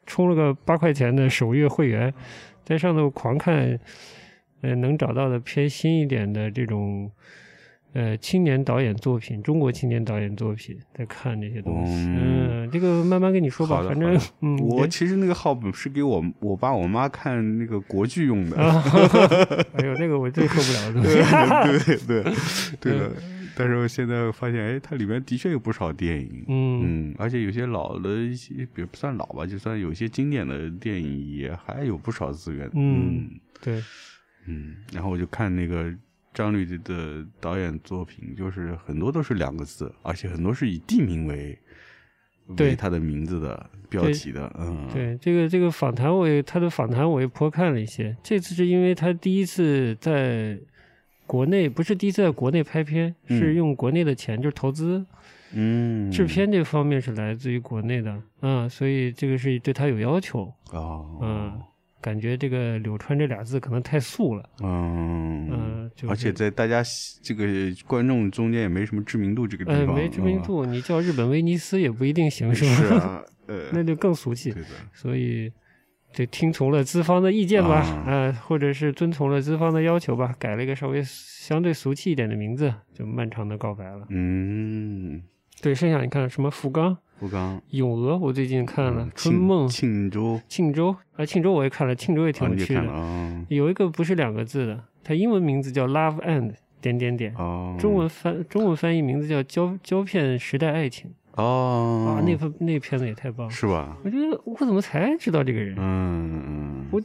充了个八块钱的首月会员，在上头狂看，呃，能找到的偏新一点的这种呃青年导演作品，中国青年导演作品，在看这些东西。
嗯
嗯，这个慢慢跟你说吧
好，的
反
好
正
的
嗯，
我
别
其实那个号本是给我我爸我妈看那个国剧用的，
啊， [laughs] 哎呦，那个我最受不了的东西。
[laughs] 对对对
嗯
的。但是我现在发现，哎，它里面的确有不少电影，
嗯，
嗯，而且有些老的一些，也不算老吧，就算有些经典的电影也还有不少资源，
嗯对，
嗯，然后我就看那个张律的导演作品，就是很多都是两个字，而且很多是以地名为
对
为他的名字的标
对
题的，嗯，，
对这个这个访谈我也他的访谈我也颇看了一些。这次是因为他第一次在国内，不是第一次在国内拍片，
嗯
是用国内的钱，就是投资
嗯，
制片这方面是来自于国内的，嗯，所以这个是对他有要求，
哦，
嗯，感觉这个“柳川”这俩字可能太素了，
嗯
嗯，就是、
而且在大家喜这个观众中间也没什么知名度，这个地
呃
方、
没知名度，你叫日本威尼斯也不一定行，
嗯、
是
是
吧？
啊，呃，
[laughs] 那就更俗气
对。的，
所以得听从了资方的意见吧，
啊
啊、或者是遵从了资方的要求吧，改了一个稍微相对俗气一点的名字，就漫长的告白了。
嗯，
对，剩下你看什么福冈、
福冈
咏鹅，我最近看了，
嗯庆
春梦、
庆州
庆州啊，庆州我也看了，庆州也
啊，
挺有
你也
趣
看
的。嗯
了啊，
有一个不是两个字的，它英文名字叫 Love and 点点点，
哦，
中文翻中文翻译名字叫胶胶片时代爱情。
哦，
啊，那部那片子也太棒了！
是吧？
我觉得我怎么才知道这个人？
嗯嗯，
我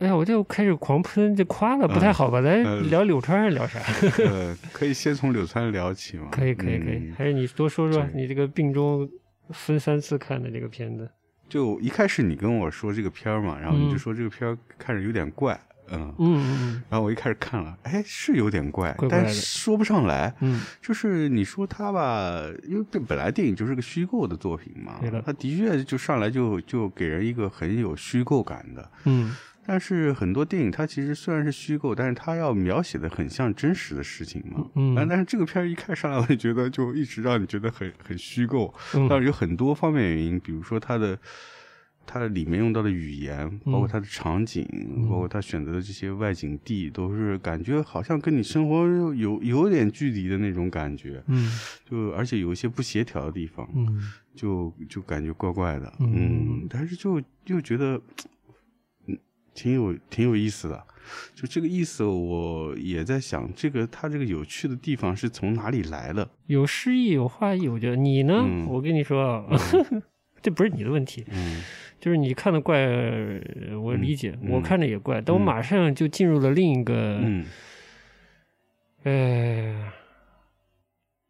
哎呀，我就开始狂喷，这夸了不太好吧？
嗯
咱聊柳川还是聊啥？ [laughs]
呃，可以先从柳川聊起嗯吗？
可以，可以，可以，
嗯
还是你多说说
对
你这个病中分三次看的这个片子。
就一开始你跟我说这个片儿嘛，然后你就
嗯
说这个片儿看着有点怪，嗯，
嗯嗯
然后我一开始看了，哎，是有点怪，
怪怪
但
的
是说不上来。
嗯
就是你说它吧，因为本本来电影就是个虚构的作品嘛
对的，
它的确就上来就就给人一个很有虚构感的。
嗯
但是很多电影它其实虽然是虚构，但是它要描写的很像真实的事情嘛。
嗯
但但是这个片儿一看上来，我就觉得就一直让你觉得很很虚构。
嗯
但是有很多方面原因，比如说它的它的里面用到的语言，包
嗯
括它的场景，包括它选择的这些外景地，都是感觉好像跟你生活有有有点距离的那种感觉。
嗯
就而且有一些不协调的地方，
嗯
就就感觉怪怪的，
嗯
嗯，但是就又觉得，嗯，挺有挺有意思的，就这个意思，我也在想，这个它这个有趣的地方是从哪里来的？
有诗意，有画意。我觉得你呢，
嗯
我跟你说啊， [laughs] 这不是你的问题，
嗯
就是你看的怪，呃我理解，
嗯嗯
我看着也怪，但我
嗯
马上就进入了另一个，
嗯
呃，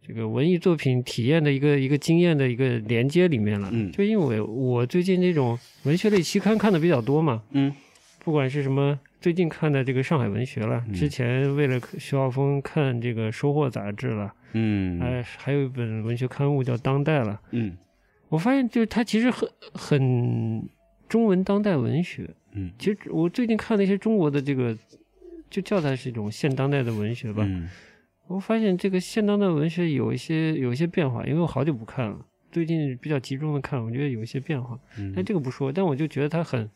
这个文艺作品体验的一个一个经验的一个连接里面了。
嗯
就因为我我最近这种文学类期刊看的比较多嘛，
嗯
不管是什么，最近看的这个上海文学
嗯
了，之前为了徐浩峰看这个《收获》杂志了，
嗯
还、还有一本文学刊物叫《当代》了。
嗯
我发现就是它其实很很中文当代文学。
嗯
其实我最近看了一些中国的这个，就叫它是一种现当代的文学吧。
嗯
我发现这个现当代文学有一些有一些变化，因为我好久不看了，最近比较集中的看，我觉得有一些变化。
嗯
但这个不说，但我就觉得它很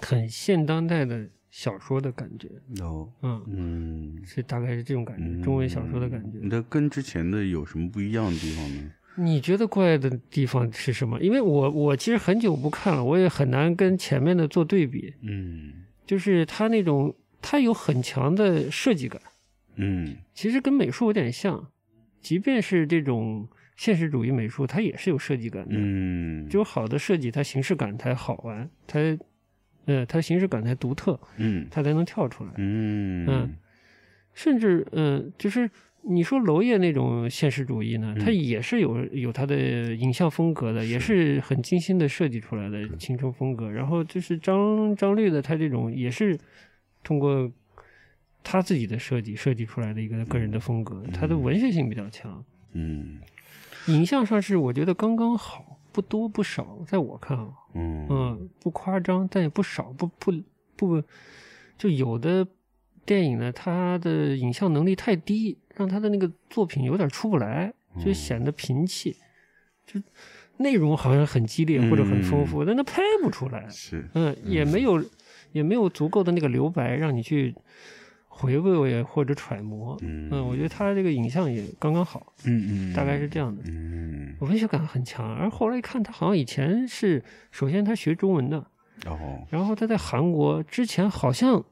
很现当代的小说的感觉，
有
嗯，
嗯
是大概是这种感觉，中文小说的感觉。
你的跟之前的有什么不一样的地方呢？
你觉得怪的地方是什么？因为我我其实很久不看了，我也很难跟前面的做对比，
嗯
就是它那种它有很强的设计感。
嗯
其实跟美术有点像，即便是这种现实主义美术，它也是有设计感的。
嗯，
只有好的设计，它形式感才好玩，它，呃，它形式感才独特，
嗯
它才能跳出来。
嗯
嗯甚至，嗯、就是你说娄烨那种现实主义呢，
嗯
它也是有有它的影像风格的，也是很精心的设计出来的青春风格。然后就是张张律的，他这种也是通过他自己的设计设计出来的一个个人的风格，他的文学性比较强。
嗯
影像上是我觉得刚刚好，不多不少，在我看啊，
嗯
嗯，不夸张，但也不少，不不不，就有的电影呢，它的影像能力太低，让它的那个作品有点出不来，
嗯
就显得贫气。就内容好像很激烈或者很丰
嗯
富，但它拍不出来，
是
嗯，也没有也没有足够的那个留白让你去回味或者揣摩。
嗯
嗯，我觉得它这个影像也刚刚好，
嗯嗯，
大概是这样的。
嗯，
文学感很强，而后来一看，他好像以前是首先他学中文的，
哦，
然后他在韩国之前好像，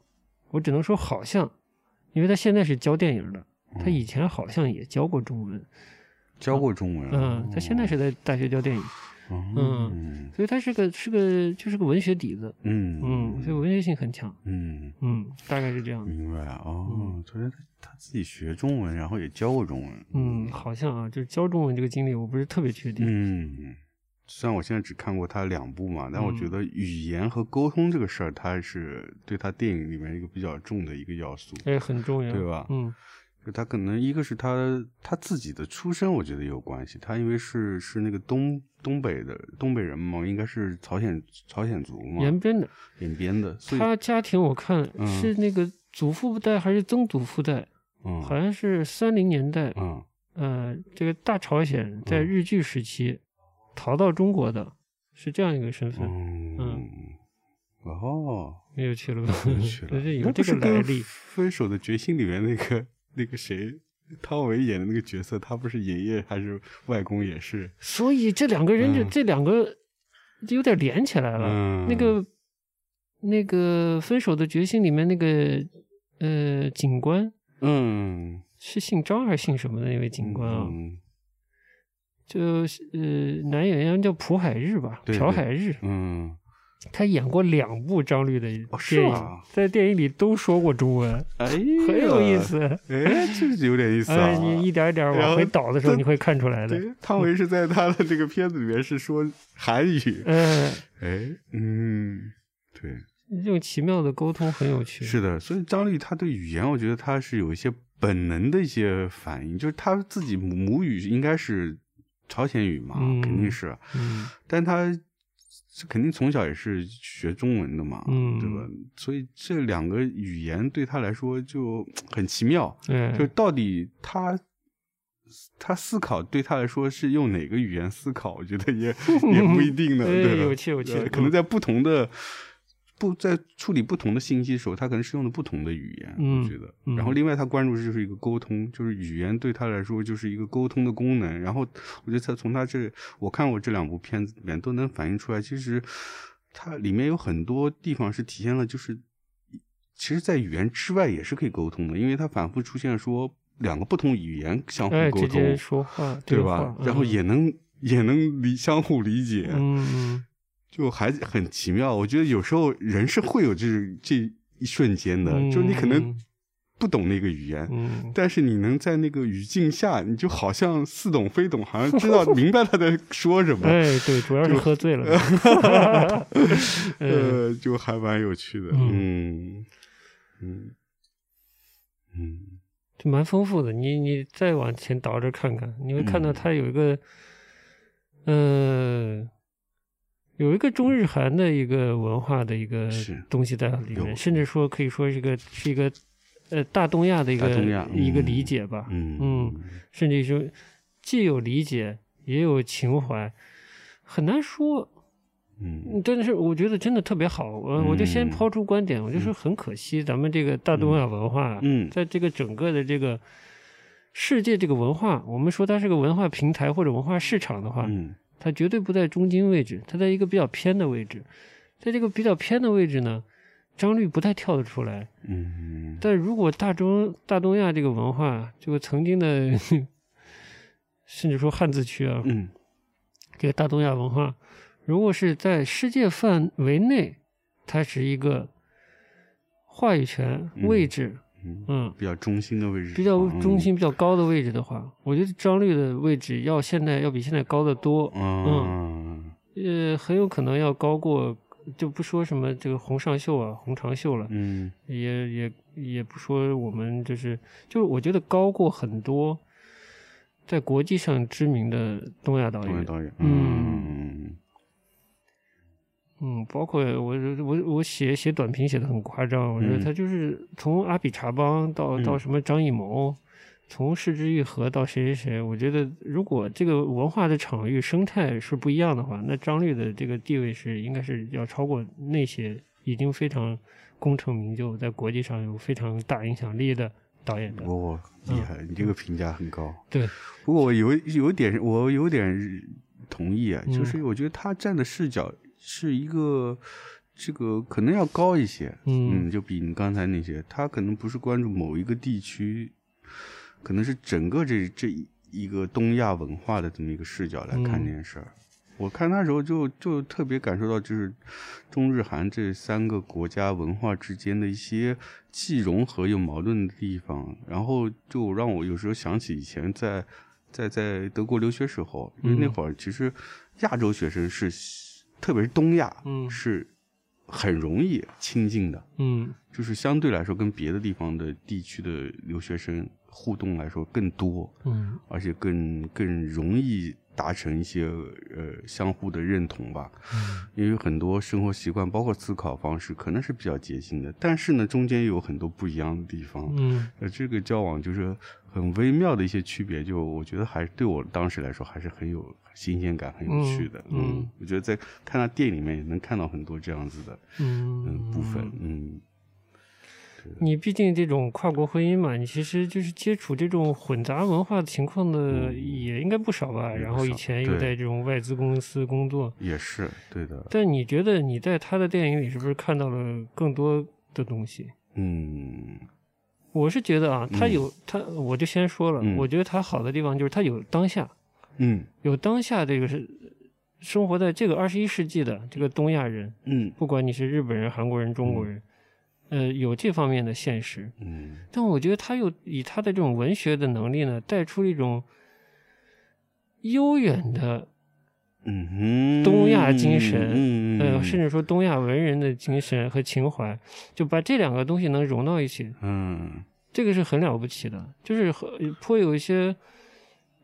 我只能说好像，因为他现在是教电影的，
嗯
他以前好像也教过中文，
教过中文啊，
嗯，他现在是在大学教电影，
嗯
所以他是个是个就是个文学底子，
嗯
嗯，所以文学性很强，
嗯，
嗯，大概是这样的，
明白哦，昨天他自己学中文，然后也教过中文，
嗯，好像啊，就是教中文这个经历，我不是特别确定，
嗯。虽然我现在只看过他两部嘛，但我
嗯
觉得语言和沟通这个事儿，它是对他电影里面一个比较重的一个要素。
这、很重要，
对吧
嗯
就他可能一个是他他自己的出身，我觉得有关系。他因为是是那个东东北的东北人嘛，应该是朝鲜朝鲜族嘛，
延边的，
演编的，所以
他家庭我看
嗯
是那个祖父代还是曾祖父代，
嗯
好像是三零年代，
嗯
呃，这个大朝鲜在
嗯
日据时期逃到中国的，是这样一个身份，
嗯，哦，
没有去了吧？
我去
[laughs]
了，
嗯就是有
那
这
不是
个来
跟
历。
《分手的决心》里面那个 [laughs] 那个谁，汤唯演的那个角色，他不是爷爷还是外公也是，
所以这两个人就、
嗯
这两个就有点连起来了。
嗯，
那个那个《分手的决心》里面那个呃警官
嗯，
是姓张还是姓什么的那位警官啊？
嗯
就呃男演员叫朴海日吧，
对
朴
对
海日。
嗯，
他演过两部张律的电影，
哦是吗
在电影里都说过中文，
哎，
很有意。思。
哎，这是有点意思啊！
哎，你一点一点往回倒的时
然
候，
后
你会看出来的。
对，汤唯是在他的这个片子里面是说韩语，
嗯，
哎，嗯，对，
这种奇妙的沟通很有趣。
是的，所以张律他对语言，我觉得他是有一些本能的一些反应，就是他自己母母语应该是朝鲜语嘛，
嗯
肯定是，
嗯，
但他这肯定从小也是学中文的嘛，
嗯
对吧？所以这两个语言对他来说就很奇妙，
嗯，
就到底他。他思考对他来说是用哪个语言思考，我觉得
[laughs]
也也不一定呢，
对
对吧？
哎有趣有嗯趣
呃可能在不同的不在处理不同的信息的时候，他可能是用的不同的语言，
嗯
我觉得。
嗯
然后另外他关注的就是一个沟通，就是语言对他来说就是一个沟通的功能。然后我觉得他从他这我看过这两部片子里面都能反映出来，其实它里面有很多地方是体现了就是。其实，在语言之外也是可以沟通的，因为它反复出现说两个不同语言相互
哎，
沟
直
通，
接说话，
对
对
吧？然后也能、也能理相互理解，
嗯嗯
就还很奇妙。我觉得有时候人是会有这这一瞬间的，
嗯
就你可能不懂那个语言。
嗯，
但是你能在那个语境下，你就好像似懂非懂，好像知
[laughs]
道明白他在说什么，呃
哎， [laughs] 对，主要是
[laughs]
喝醉了。嗯
呃，就还蛮有趣的。嗯嗯嗯
就蛮丰富的。你你再往前倒着看看，你会看到
嗯
它有一个，呃，有一个中日韩的一个文化的一个
是
东西在里
有
面，甚至说可以说是一个是一个呃大东亚的一个
大东亚
一个
嗯
理解吧，
嗯
甚至说既有理解也有情怀，很难说。
嗯
嗯但是我觉得真的特别好，我我就先
嗯
抛出观点，我就说很可惜，咱们这个大东亚文化，
嗯
在这个整个的这个世界这个文化，我们说它是个文化平台或者文化市场的话，
嗯
它绝对不在中间位置，它在一个比较偏的位置，在这个比较偏的位置呢，张律不太跳得出来。
嗯，
但如果大中大东亚这个文化，这个曾经的，甚至说汉字区啊，
嗯
这个大东亚文化，如果是在世界范围内，它是一个话语权
嗯
位置，
嗯，
嗯，
比较中心的位置，
比较
嗯
中心、比较高的位置的话，我觉得张律的位置要现在要比现在高得多，
嗯
呃，很有可能要高过，就不说什么这个洪尚秀啊、洪长秀了，
嗯
也也也不说我们就是就是，我觉得高过很多在国际上知名的东亚导
中
演
文，导演，
嗯
嗯
嗯，包括我我我写写短评写的很夸张，我觉得
嗯
他就是从阿比查邦到、到
嗯
什么张艺谋，从市之愈合到谁谁谁，我觉得如果这个文化的场域生态是不一样的话，那张律的这个地位是应该是要超过那些已经非常功成名就，在国际上有非常大影响力的导演的。
我我
嗯
厉害，你这个评价很高。
对，
不过我有有点，我有点同意啊，
嗯
就是我觉得他站的视角是一个。这个可能要高一些，
嗯
就比你刚才那些，他可能不是关注某一个地区，可能是整个这这一一个东亚文化的这么一个视角来看
嗯
这件事儿。我看他的时候就就特别感受到，就是中日韩这三个国家文化之间的一些既融合又矛盾的地方，然后就让我有时候想起以前在在在德国留学时候，因为那
嗯
会儿其实亚洲学生是特别是东亚，
嗯
是很容易亲近的，
嗯
就是相对来说跟别的地方的地区的留学生互动来说更多，
嗯
而且更更容易达成一些呃相互的认同吧。
嗯
因为很多生活习惯，包括思考方式，可能是比较接近的，但是呢，中间有很多不一样的地方。
嗯
呃，这个交往就是很微妙的一些区别，就我觉得还是对我当时来说还是很有新鲜感、很有趣的。
嗯
嗯，
嗯
我觉得在看他电影里面也能看到很多这样子的嗯
嗯
部分。嗯
你毕竟这种跨国婚姻嘛，你其实就是接触这种混杂文化情况的
嗯
也应该不少吧。
也不
然后以
少
前又
对
在这种外资公司工作，
也是对的。
但你觉得你在他的电影里是不是看到了更多的东西？
嗯
我是觉得啊，他
嗯
有、他，我就先说了，
嗯
我觉得他好的地方就是他有当下，
嗯
有当下这个是生活在这个二十一世纪的这个东亚人，
嗯
不管你是日本人、韩国人、中国人，呃，有这方面的现实。
嗯
但我觉得他又以他的这种文学的能力呢，带出了一种悠远的，
嗯哼，
东亚精神
嗯
呃，甚至说东亚文人的精神和情怀，就把这两个东西能融到一起，
嗯
这个是很了不起的。就是和颇有一些，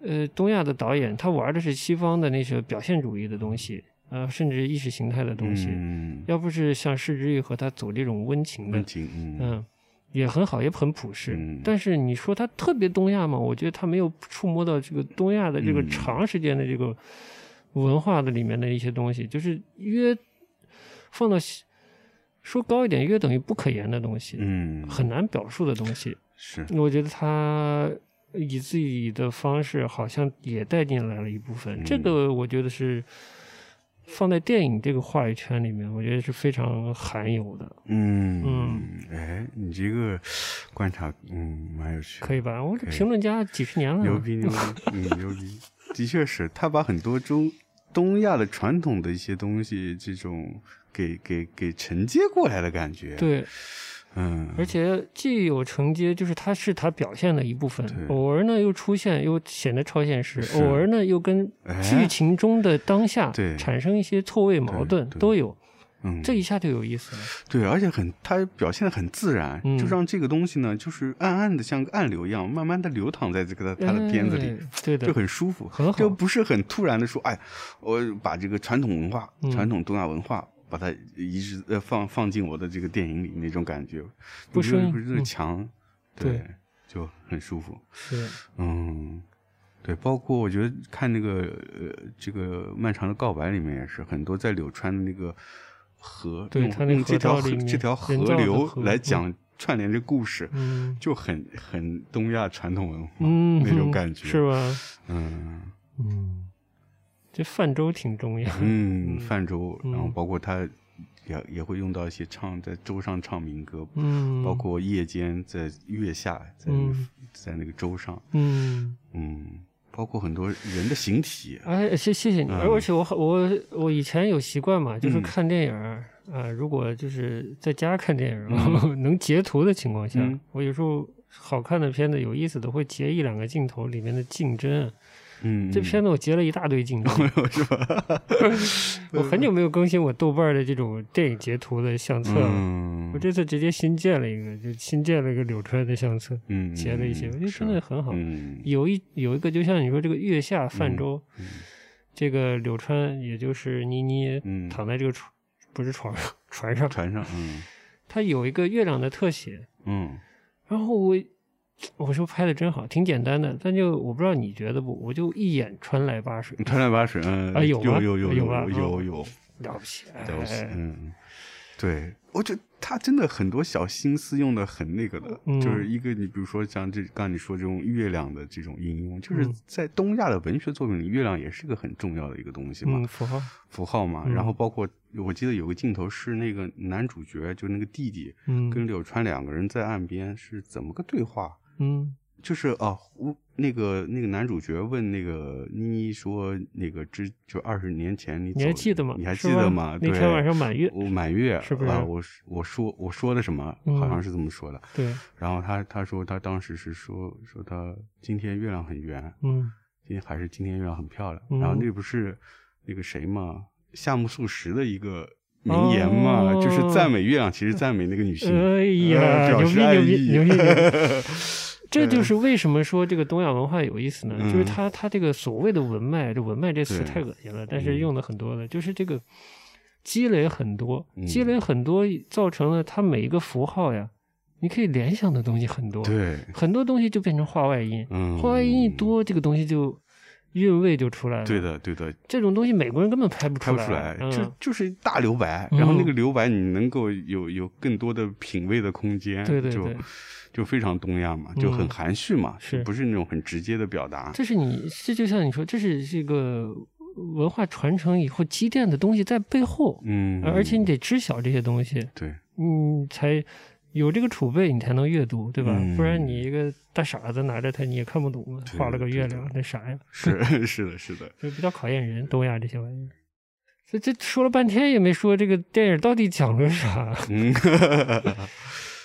呃，东亚的导演他玩的是西方的那些表现主义的东西，呃，甚至意识形态的东西。
嗯，
要不是像失之愈和他走这种温情的，
温情，嗯
嗯，也很好，也很朴实。
嗯
但是你说它特别东亚嘛，我觉得它没有触摸到这个东亚的这个
嗯
长时间的这个文化的里面的一些东西，就是约放到西说高一点，约等于不可言的东西，
嗯，
很难表述的东西。
是，
我觉得他以自己的方式，好像也带进来了一部分。
嗯
这个我觉得是放在电影这个话语圈里面，我觉得是非常罕有的，
嗯
嗯，
哎，你这个观察，嗯，蛮有趣的，
可以啊吧？我这
可以
评论家几十年了，
牛逼牛
[laughs]
逼，嗯，牛逼，的确是他把很多中东亚的传统的一些东西，这种给给给承接过来的感觉，，
对，
嗯，
而且既有承接，就是它是它表现的一部分
对，
偶尔呢又出现，又显得超现实
是，
偶尔呢又跟
哎
剧情中的当下
对
产生一些错位矛盾，
对对
都有，
嗯，
这一下就有意思了。
对，而且很他表现的很自然，
嗯
就让这个东西呢，就是暗暗的像个暗流一样，慢慢的流淌在这个他的片子里。
哎，对的
就，很舒服，
很好
就不是很突然的说，哎，我把这个传统文化、
嗯
传统东亚文化，把它移植呃放放进我的这个电影里那种感觉，
不
是
生硬
不是
嗯
强，
对
对，就很舒服。
是
嗯，对，包括我觉得看那个呃，这个漫长的告白里面也是很多在柳川的那个河，
对
用
它那
用这
河
条
道里面
这条
人
河
造的
流
河
来
嗯
讲串联这故事， [laughs]
嗯
就很很东亚传统文化、
嗯
哦那种感觉，
是吧？
嗯
嗯，这泛舟挺重要。
嗯
嗯
泛舟，然后
嗯
包括他也也会用到一些唱在舟上唱民歌，
嗯，
包括夜间在月下，在那个、
嗯
在那个舟上，
嗯，
嗯，包括很多人的形体，
哎，谢谢谢你，
嗯
而且我好我我以前有习惯嘛，就是
嗯
看电影儿啊、如果就是在家看电影儿， [laughs] 能截图的情况下，
嗯
我有时候好看的片子、有意思的会截一两个镜头里面的竞争啊。
嗯，
这片子我截了一大堆竞争，
[laughs] 是吧？
[laughs] 我很久没有更新我豆瓣儿的这种电影截图的相册了。
嗯
我这次直接新建了一个，就新建了一个柳川的相册，
嗯
截了一些，我觉得真的很好。
嗯
有一有一个，就像你说这个月下泛舟，
嗯
这个柳川也就是妮妮
嗯
躺在这个床，不是床上，船 [laughs] 上，
船上嗯
它有一个月亮的特写。
嗯
然后我我说拍的真好，挺简单的，但就我不知道你觉得不，我就一眼穿来巴水，
川上八水嗯
啊有
有
吗哦
有有
有吧
有有有
了不起，
[laughs]
哎
对不起嗯对。我觉得他真的很多小心思用的很那个的，
嗯
就是一个你比如说像这刚你说这种月亮的这种应用，就是
嗯
在东亚的文学作品里，月亮也是一个很重要的一个东西嘛。
嗯，符号，
符号嘛，
嗯
然后包括我记得有个镜头是那个男主角，就那个弟弟跟
嗯
柳川两个人在岸边是怎么个对话？
嗯
就是啊，我那个那个男主角问那个妮妮说，那个之就二十年前你走
你还记得吗
你还
是
记得
吧
吗？
那
对
天晚上满月
我满月
是不是
啊？我是我说我说的什么？好像
嗯
是这么说的。
对，
然后他他说他当时是说说他今天月亮很圆，
嗯
今天还是今天月亮很漂亮。
嗯
然后那不是那个谁嘛，夏目漱石的一个名言嘛，
哦
就是赞美月亮，
[laughs]
其实赞美那个女性。
哎
呃
呀，
表
牛
示
逼
爱
牛逼
意
牛逼牛逼！这就是为什么说这个东亚文化有意思呢？
嗯
就是它它这个所谓的文脉，这文脉这词
对嗯
太恶心了，但是用的很多的，就是这个积累很多，
嗯
积累很多造成了它每一个符号呀，你可以联想的东西很多，
[laughs] 对，
很多东西就变成话外音，
嗯，
话外音一，多，这个东西就韵味就出来了。
对，的，对的，
这种东西美国人根本拍不
拍
出
不
来，
出来，就
嗯，
就是大留白。
嗯
然后那个留白，你能够有有更多的品味的空间，
对对
就
对嗯
就非常东亚嘛，就很含蓄嘛，
是
就不是那种很直接的表达。
这是你，这就像你说，这是这个文化传承以后积淀的东西在背后，
嗯，
而且你得知晓这些东西， [laughs]
对，
嗯，才有这个储备，你才能阅读，对吧？
嗯
不然你一个大傻子拿着它，你也看不懂啊
对，
画了个月亮
对，
那啥呀？
是是的，是的，
就比较考验人，东亚这些玩意儿。这这说了半天也没说这个电影到底讲了啥，
嗯，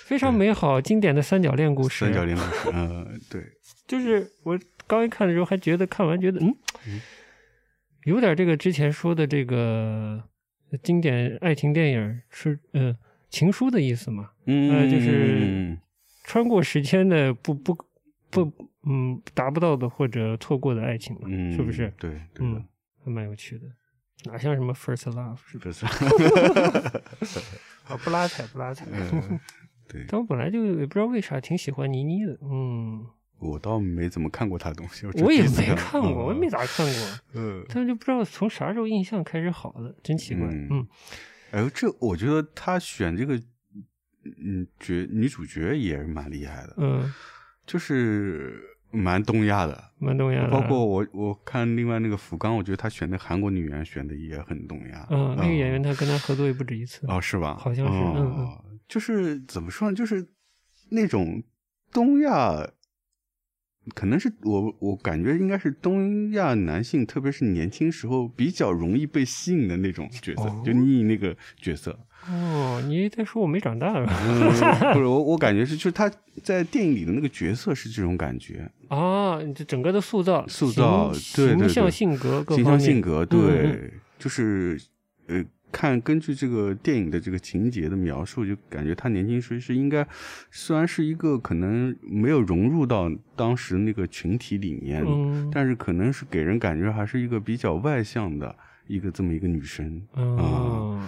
非常美好经典的三角恋故事。
三角恋故事，
[laughs]
嗯，对，
就是我刚一看的时候还觉得看完觉得嗯，有点这个之前说的这个经典爱情电影是嗯、呃情书的意思嘛，
嗯，
呃就是穿过时间的不不不嗯达不到的或者错过的爱情嘛，
嗯，
是不是？
对，对的
嗯，，还蛮有趣的，哪像什么 first love 是吧？
不是， [laughs]
啊，不拉踩不拉踩。 [laughs]
嗯对，
但我本来就也不知道为啥挺喜欢倪妮的，嗯，
我倒没怎么看过他的东西，
我也没看嗯过，我也没咋看过。
嗯，
但就不知道从啥时候印象开始好的，真奇怪。
嗯
嗯
哎呦，这我觉得他选这个，嗯，角女主角也是蛮厉害的，
嗯，
就是蛮东亚的。
蛮东亚的。
包括我，我看另外那个福冈，我觉得他选那韩国女演员选的也很东亚。
嗯，那个演员
他
他跟他合作也不止一次。
哦，是吧？
好像是嗯
哦就是怎么说呢？就是那种东亚，可能是我我感觉应该是东亚男性，特别是年轻时候比较容易被吸引的那种角色，
哦
就你那个角色。
哦，你在说我没长大啊吧？
嗯，不是我，我感觉是，就是他在电影里的那个角色是这种感觉，
啊，你这整个的塑造、
塑造
形
对对
形
对
象、性格各
形
方
象
面。
性格，对，
嗯
就是呃，看根据这个电影的这个情节的描述，就感觉他年轻时是应该，虽然是一个可能没有融入到当时那个群体里面，
嗯，
但是可能是给人感觉还是一个比较外向的一个这么一个女生，
哦，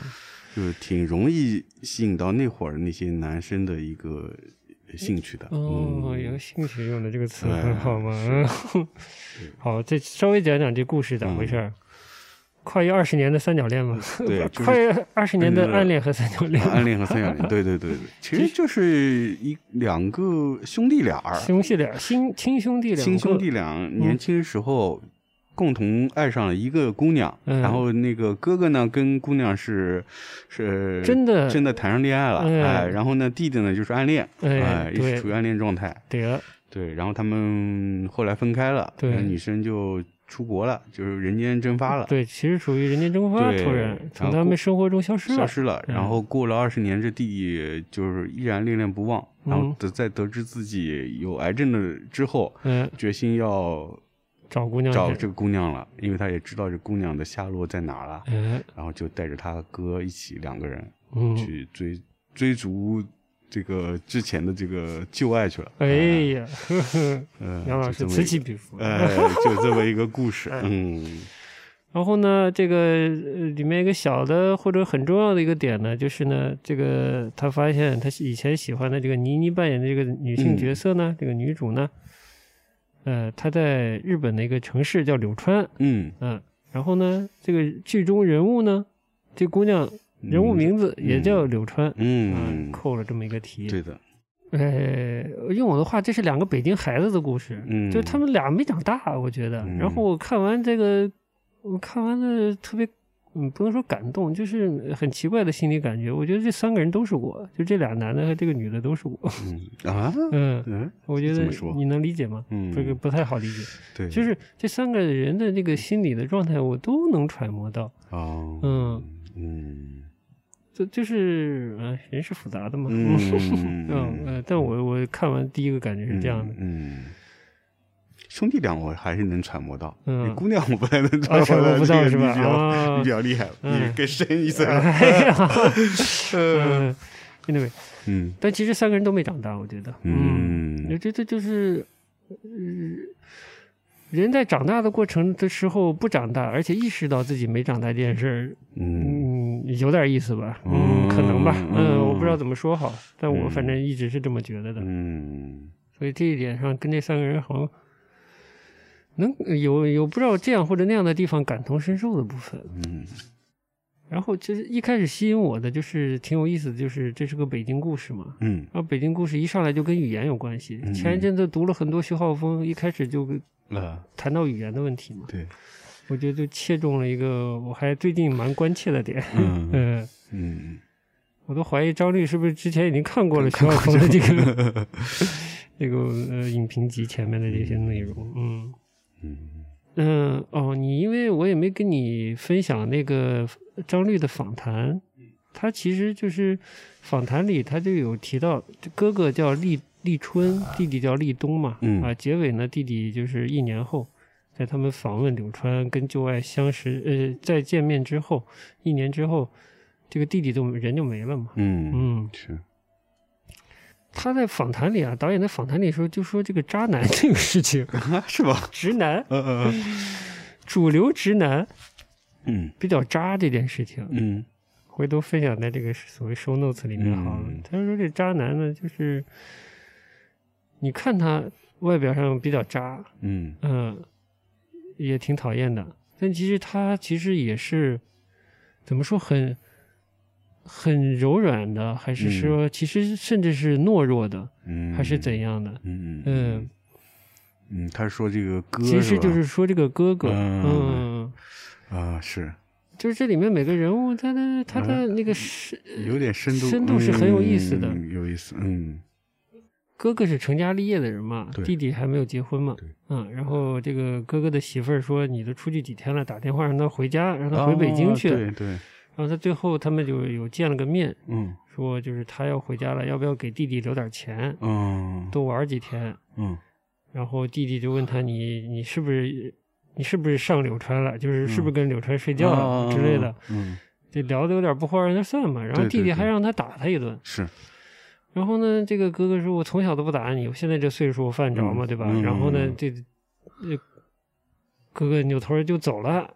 就是挺容易吸引到那会儿那些男生的一个兴趣的，
哦，
嗯哎
有兴趣用的这个词
对
很好嘛。 [laughs] 好，这稍微讲讲这故事咋回事儿。跨越二十年的三角恋嘛，
嗯对
[laughs]
就是
跨越二十年的暗恋和三角恋，
啊暗恋和三角恋，对对对对，其实就是一两个兄弟俩儿，
兄弟俩，亲亲兄弟俩，嗯
亲兄弟俩，年轻时候共同爱上了一个姑娘，
嗯
然后那个哥哥呢跟姑娘是是
真的
真的谈上恋爱了，
哎
哎，然后呢弟弟呢就是暗恋，
哎
哎，一
对
直处于暗恋状态，
得，
对，然后他们后来分开了，
对
然后女生就出国了，就是人间蒸发了，
对，其实属于人间蒸发，
对
突然
然
从
后
他们
过
生活中消失
消
了。
失了。然
嗯
后过了二十年，这弟弟就是依然恋恋不忘。然后
嗯
得在得知自己有癌症的之后，
嗯，
决心要
找姑娘
找
去
这个姑娘了，因为他也知道这姑娘的下落在哪儿了。
哎，
然后就带着他哥一起两个人
嗯，
去追、追逐这个之前的这个旧爱去了。
哎呀，呵呵，
嗯，
杨老
就
师
这么
此
一
起
个
彼哎伏。
哎，就这么一个故
[laughs]
事。嗯
然后呢，这个呃里面一个小的或者很重要的一个点呢，就是呢，这个他发现他以前喜欢的这个倪妮扮演的这个女
嗯
性角色呢，这个女主呢，呃，她在日本的一个城市叫柳川，
嗯，
嗯，然后呢，这个剧中人物呢，这姑娘人物名字也叫柳川，
嗯，
扣了这么一个题。
对的，
呃，用我的话，这是两个北京孩子的故事，
嗯
就是他们俩没长大，我觉得。
嗯
然后我看完这个，我看完了特别，嗯，不能说感动，就是很奇怪的心理感觉。我觉得这三个人都是我，就这俩男的和这个女的都是我。 [laughs]
嗯啊，
嗯，
嗯，
我觉
怎
得
么说
你能理解吗？
嗯
这个不太好理解，
对，
就是这三个人的这个心理的状态，我都能揣摩到。
哦，
嗯
嗯
就就是，嗯、人是复杂的嘛。
嗯
[laughs] 嗯呃，但我我看完第一个感觉是这样的。
嗯，嗯兄弟俩我还是能揣摩到，
嗯
你姑娘我不太能
啊，
揣
揣
摩
摩
到，
不
这
到
个
是
你
吧？
比较 [laughs]
啊，
你比较厉害，
嗯
你更深一层。
哎呀，嗯，anyway，
嗯
但其实三个人都没长大，我觉得，，我
嗯
觉得就是，呃人在长大的过程的时候不长大，而且意识到自己没长大这件事儿，
嗯
嗯，有点意思吧，嗯，可能吧，
嗯
嗯，我不知道怎么说好，但我
嗯
反正一直是这么觉得的，
嗯
所以这一点上跟这三个人好像。能有有不知道这样或者那样的地方感同身受的部分，
嗯
然后其实一开始吸引我的就是挺有意思的，就是这是个北京故事嘛。
嗯
然后北京故事一上来就跟语言有关系。
嗯
前一阵子读了很多徐浩峰，一开始就
啊，
谈到语言的问题嘛，
对，
我觉得就切中了一个我还最近蛮关切的点。
嗯
嗯，
嗯，
我都怀疑张律是不是之前已经看过了徐浩峰的这个 [laughs] 这个呃影评集前面的这些内容。嗯，
嗯
嗯，哦，你因为我也没跟你分享那个张律的访谈，他其实就是访谈里他就有提到，哥哥叫立立春，弟弟叫立冬嘛，
嗯
啊，结尾呢，弟弟就是一年后，在他们访问柳川跟旧爱相识，呃，在见面之后，一年之后，这个弟弟就人就没了嘛，
嗯，
嗯，
是， [laughs]
他在访谈里啊，导演在访谈里说就说这个渣男这个事情，
是吧？
直男，
嗯嗯
主流直男。
嗯
比较渣这件事情，
嗯
回头分享在这个所谓 show notes 里面好了。
嗯
他说这渣男呢，就是你看他外表上比较渣，
嗯
嗯、也挺讨厌的，但其实他其实也是怎么说很很柔软的，还是说其实甚至是懦弱的，
嗯，
还是怎样的？
嗯？嗯嗯
嗯，
嗯，他说这个歌，
其实就是
吧
说这个哥哥，
嗯
嗯
啊，是
就是这里面每个人物，他的他的
嗯
那个是、
有点深度，
深度是很有意思的
嗯有意思，嗯
哥哥是成家立业的人嘛
对，
弟弟还没有结婚嘛
对，
嗯，然后这个哥哥的媳妇儿说：“你都出去几天了，打电话让他回家，让他回北京去。
哦对对，
然后他最后他们就有见了个面，
嗯
说就是他要回家了，要不要给弟弟留点钱，
嗯
多玩几天？
嗯
然后弟弟就问他：你你是不是你是不是上柳川了？就是是
嗯
不是跟柳川睡觉了
啊
之类的？
嗯，
就聊的有点不欢而散嘛。然后
对对
弟弟还
对
让他打他一顿。
是，
然后呢，这个哥哥说：“我从小都不打你，我现在这岁数我犯着嘛，
嗯
对吧？”
嗯
然后呢
嗯，
这这呃哥哥扭头就走了，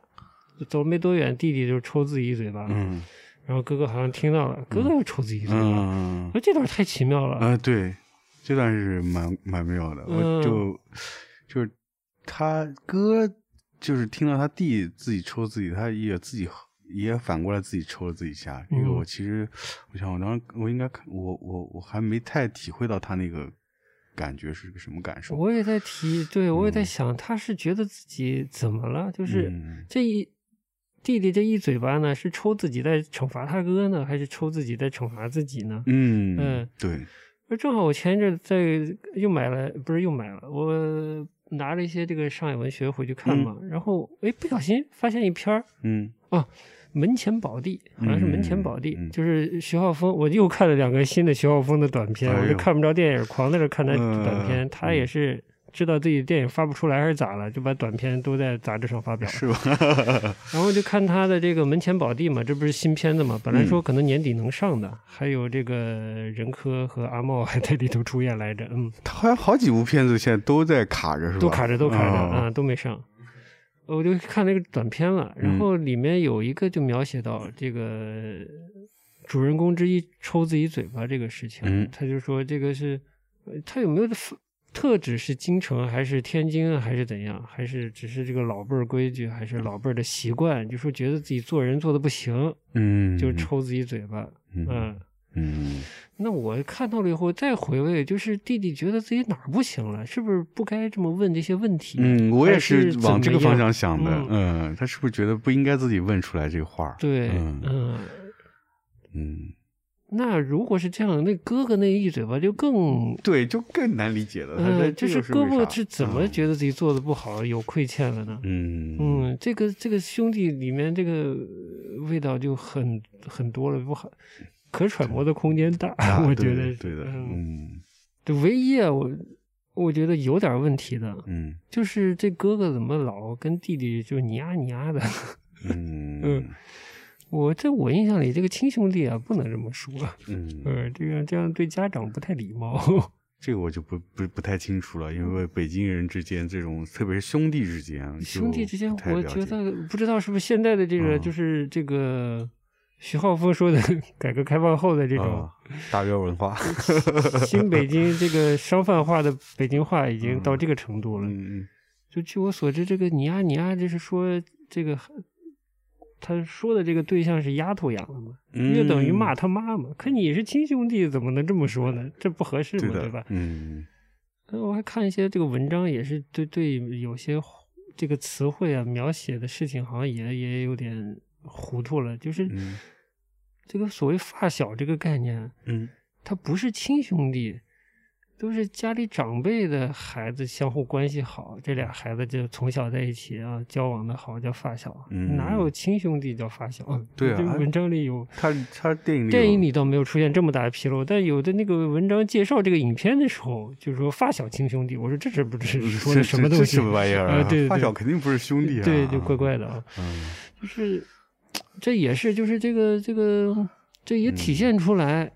走没多远，弟弟就抽自己一嘴巴。
嗯
然后哥哥好像听到了，哥哥又抽自己一嘴巴。我
嗯
说这段太奇妙了，
啊，对，这段是蛮蛮妙的，我
嗯
就就是他哥就是听到他弟自己抽自己，他也自己也反过来自己抽了自己一下。这个
嗯
我其实我想，我当时我应该看我我我还没太体会到他那个感觉是个什么感受。
我也在提，对我也在想，他是觉得自己怎么了？就是
嗯
这一。弟弟这一嘴巴呢，是抽自己在惩罚他哥呢，还是抽自己在惩罚自己呢？
嗯
嗯
对，
那正好我前一阵在又买了，不是又买了，我拿了一些这个上海文学回去看嘛，然后哎不小心发现一篇儿《
嗯
门前宝地》，好像是《门前宝地》
嗯嗯嗯
就是徐浩峰，我又看了两个新的徐浩峰的短片，
哎呦
我就看不着电影，狂在这看他
嗯
短片，他也是。知道自己电影发不出来还是咋了，就把短片都在杂志上发表了。
是吧？ [laughs]
然后就看他的这个《门前宝地》嘛，这不是新片子嘛？本
嗯
来说可能年底能上的，还有这个任科和阿茂还在里头出演来着，嗯，
他好像好几部片子现在都在卡着，是吧？
都卡着，都卡着
哦
啊，都没上。我就看那个短片了，
嗯
然后里面有一个就描写到这个主人公之一抽自己嘴巴这个事情，
嗯
他就说这个是呃他有没有特指是京城还是天津啊还是怎样，还是只是这个老辈儿规矩，还是老辈儿的习惯，就说觉得自己做人做的不行，
嗯，
就抽自己嘴巴，
嗯
嗯
嗯
那我看到了以后再回味，就是弟弟觉得自己哪儿不行了，是不是不该这么问这些问题？
嗯，我也
还是
是往
怎
这
么
个方
样
向想的。嗯他是不是觉得不应该自己问出来这个话儿？
对，
嗯
嗯。
嗯，
那如果是这样，那哥哥那一嘴巴就更，
对，就更难理解了。他
呃，
这
就
这
是
又
哥
为啥
哥是怎么觉得自己做的不好，有亏欠了呢？
嗯嗯
嗯，这 [laughs] 个这个兄弟里面这个呃味道就很很多了，不好，可揣摩的空间大，
啊
[laughs] 我
对
觉
的
得是
对的，
嗯，
嗯
这唯一啊，我我觉得有点问题的，
嗯
就是这哥哥怎么老跟弟弟就你呀你呀的，
嗯
[laughs] 嗯我在我印象里，这个亲兄弟啊不能这么说，
嗯，
呃，这样这样对家长不太礼貌。
这个我就不不不太清楚了，因为北京人之间这种，特别是兄弟之间，啊
兄弟之间
就不，太
我
了
觉
解
得不知道是不是现在的这个，
嗯
就是这个徐浩峰说的改革开放后的这种
啊大院文
[laughs]
化，嗯
新北京这个商贩化的北京话，已经到这个程度了。
嗯嗯
就据我所知，这个你呀、你呀、就是说这个他说的这个对象是丫头养的嘛，
嗯，
约等于骂他妈嘛。可你是亲兄弟，怎么能这么说呢？这不合适
对
嘛，
的，
对吧？
嗯
呃我还看一些这个文章，也是对对有些这个词汇啊描写的事情，好像也也有点糊涂了。就是
嗯
这个所谓发小这个概念，
嗯
它不是亲兄弟，都是家里长辈的孩子相互关系好，这俩孩子就从小在一起啊，交往的好叫发小，
嗯
哪有亲兄弟叫发小？
对啊
这文章里有。
他他电影里
电
有
影里倒没有出现这么大的纰漏，但有的那个文章介绍这个影片的时候，就是说发小亲兄弟，我说这是不是说的什么
嗯这
东
这
西？
什么玩意儿、
啊对对
发小肯定不是兄弟啊，
对，就怪怪的啊。
嗯
就是这也是就是这个这个这也
嗯
体现出来，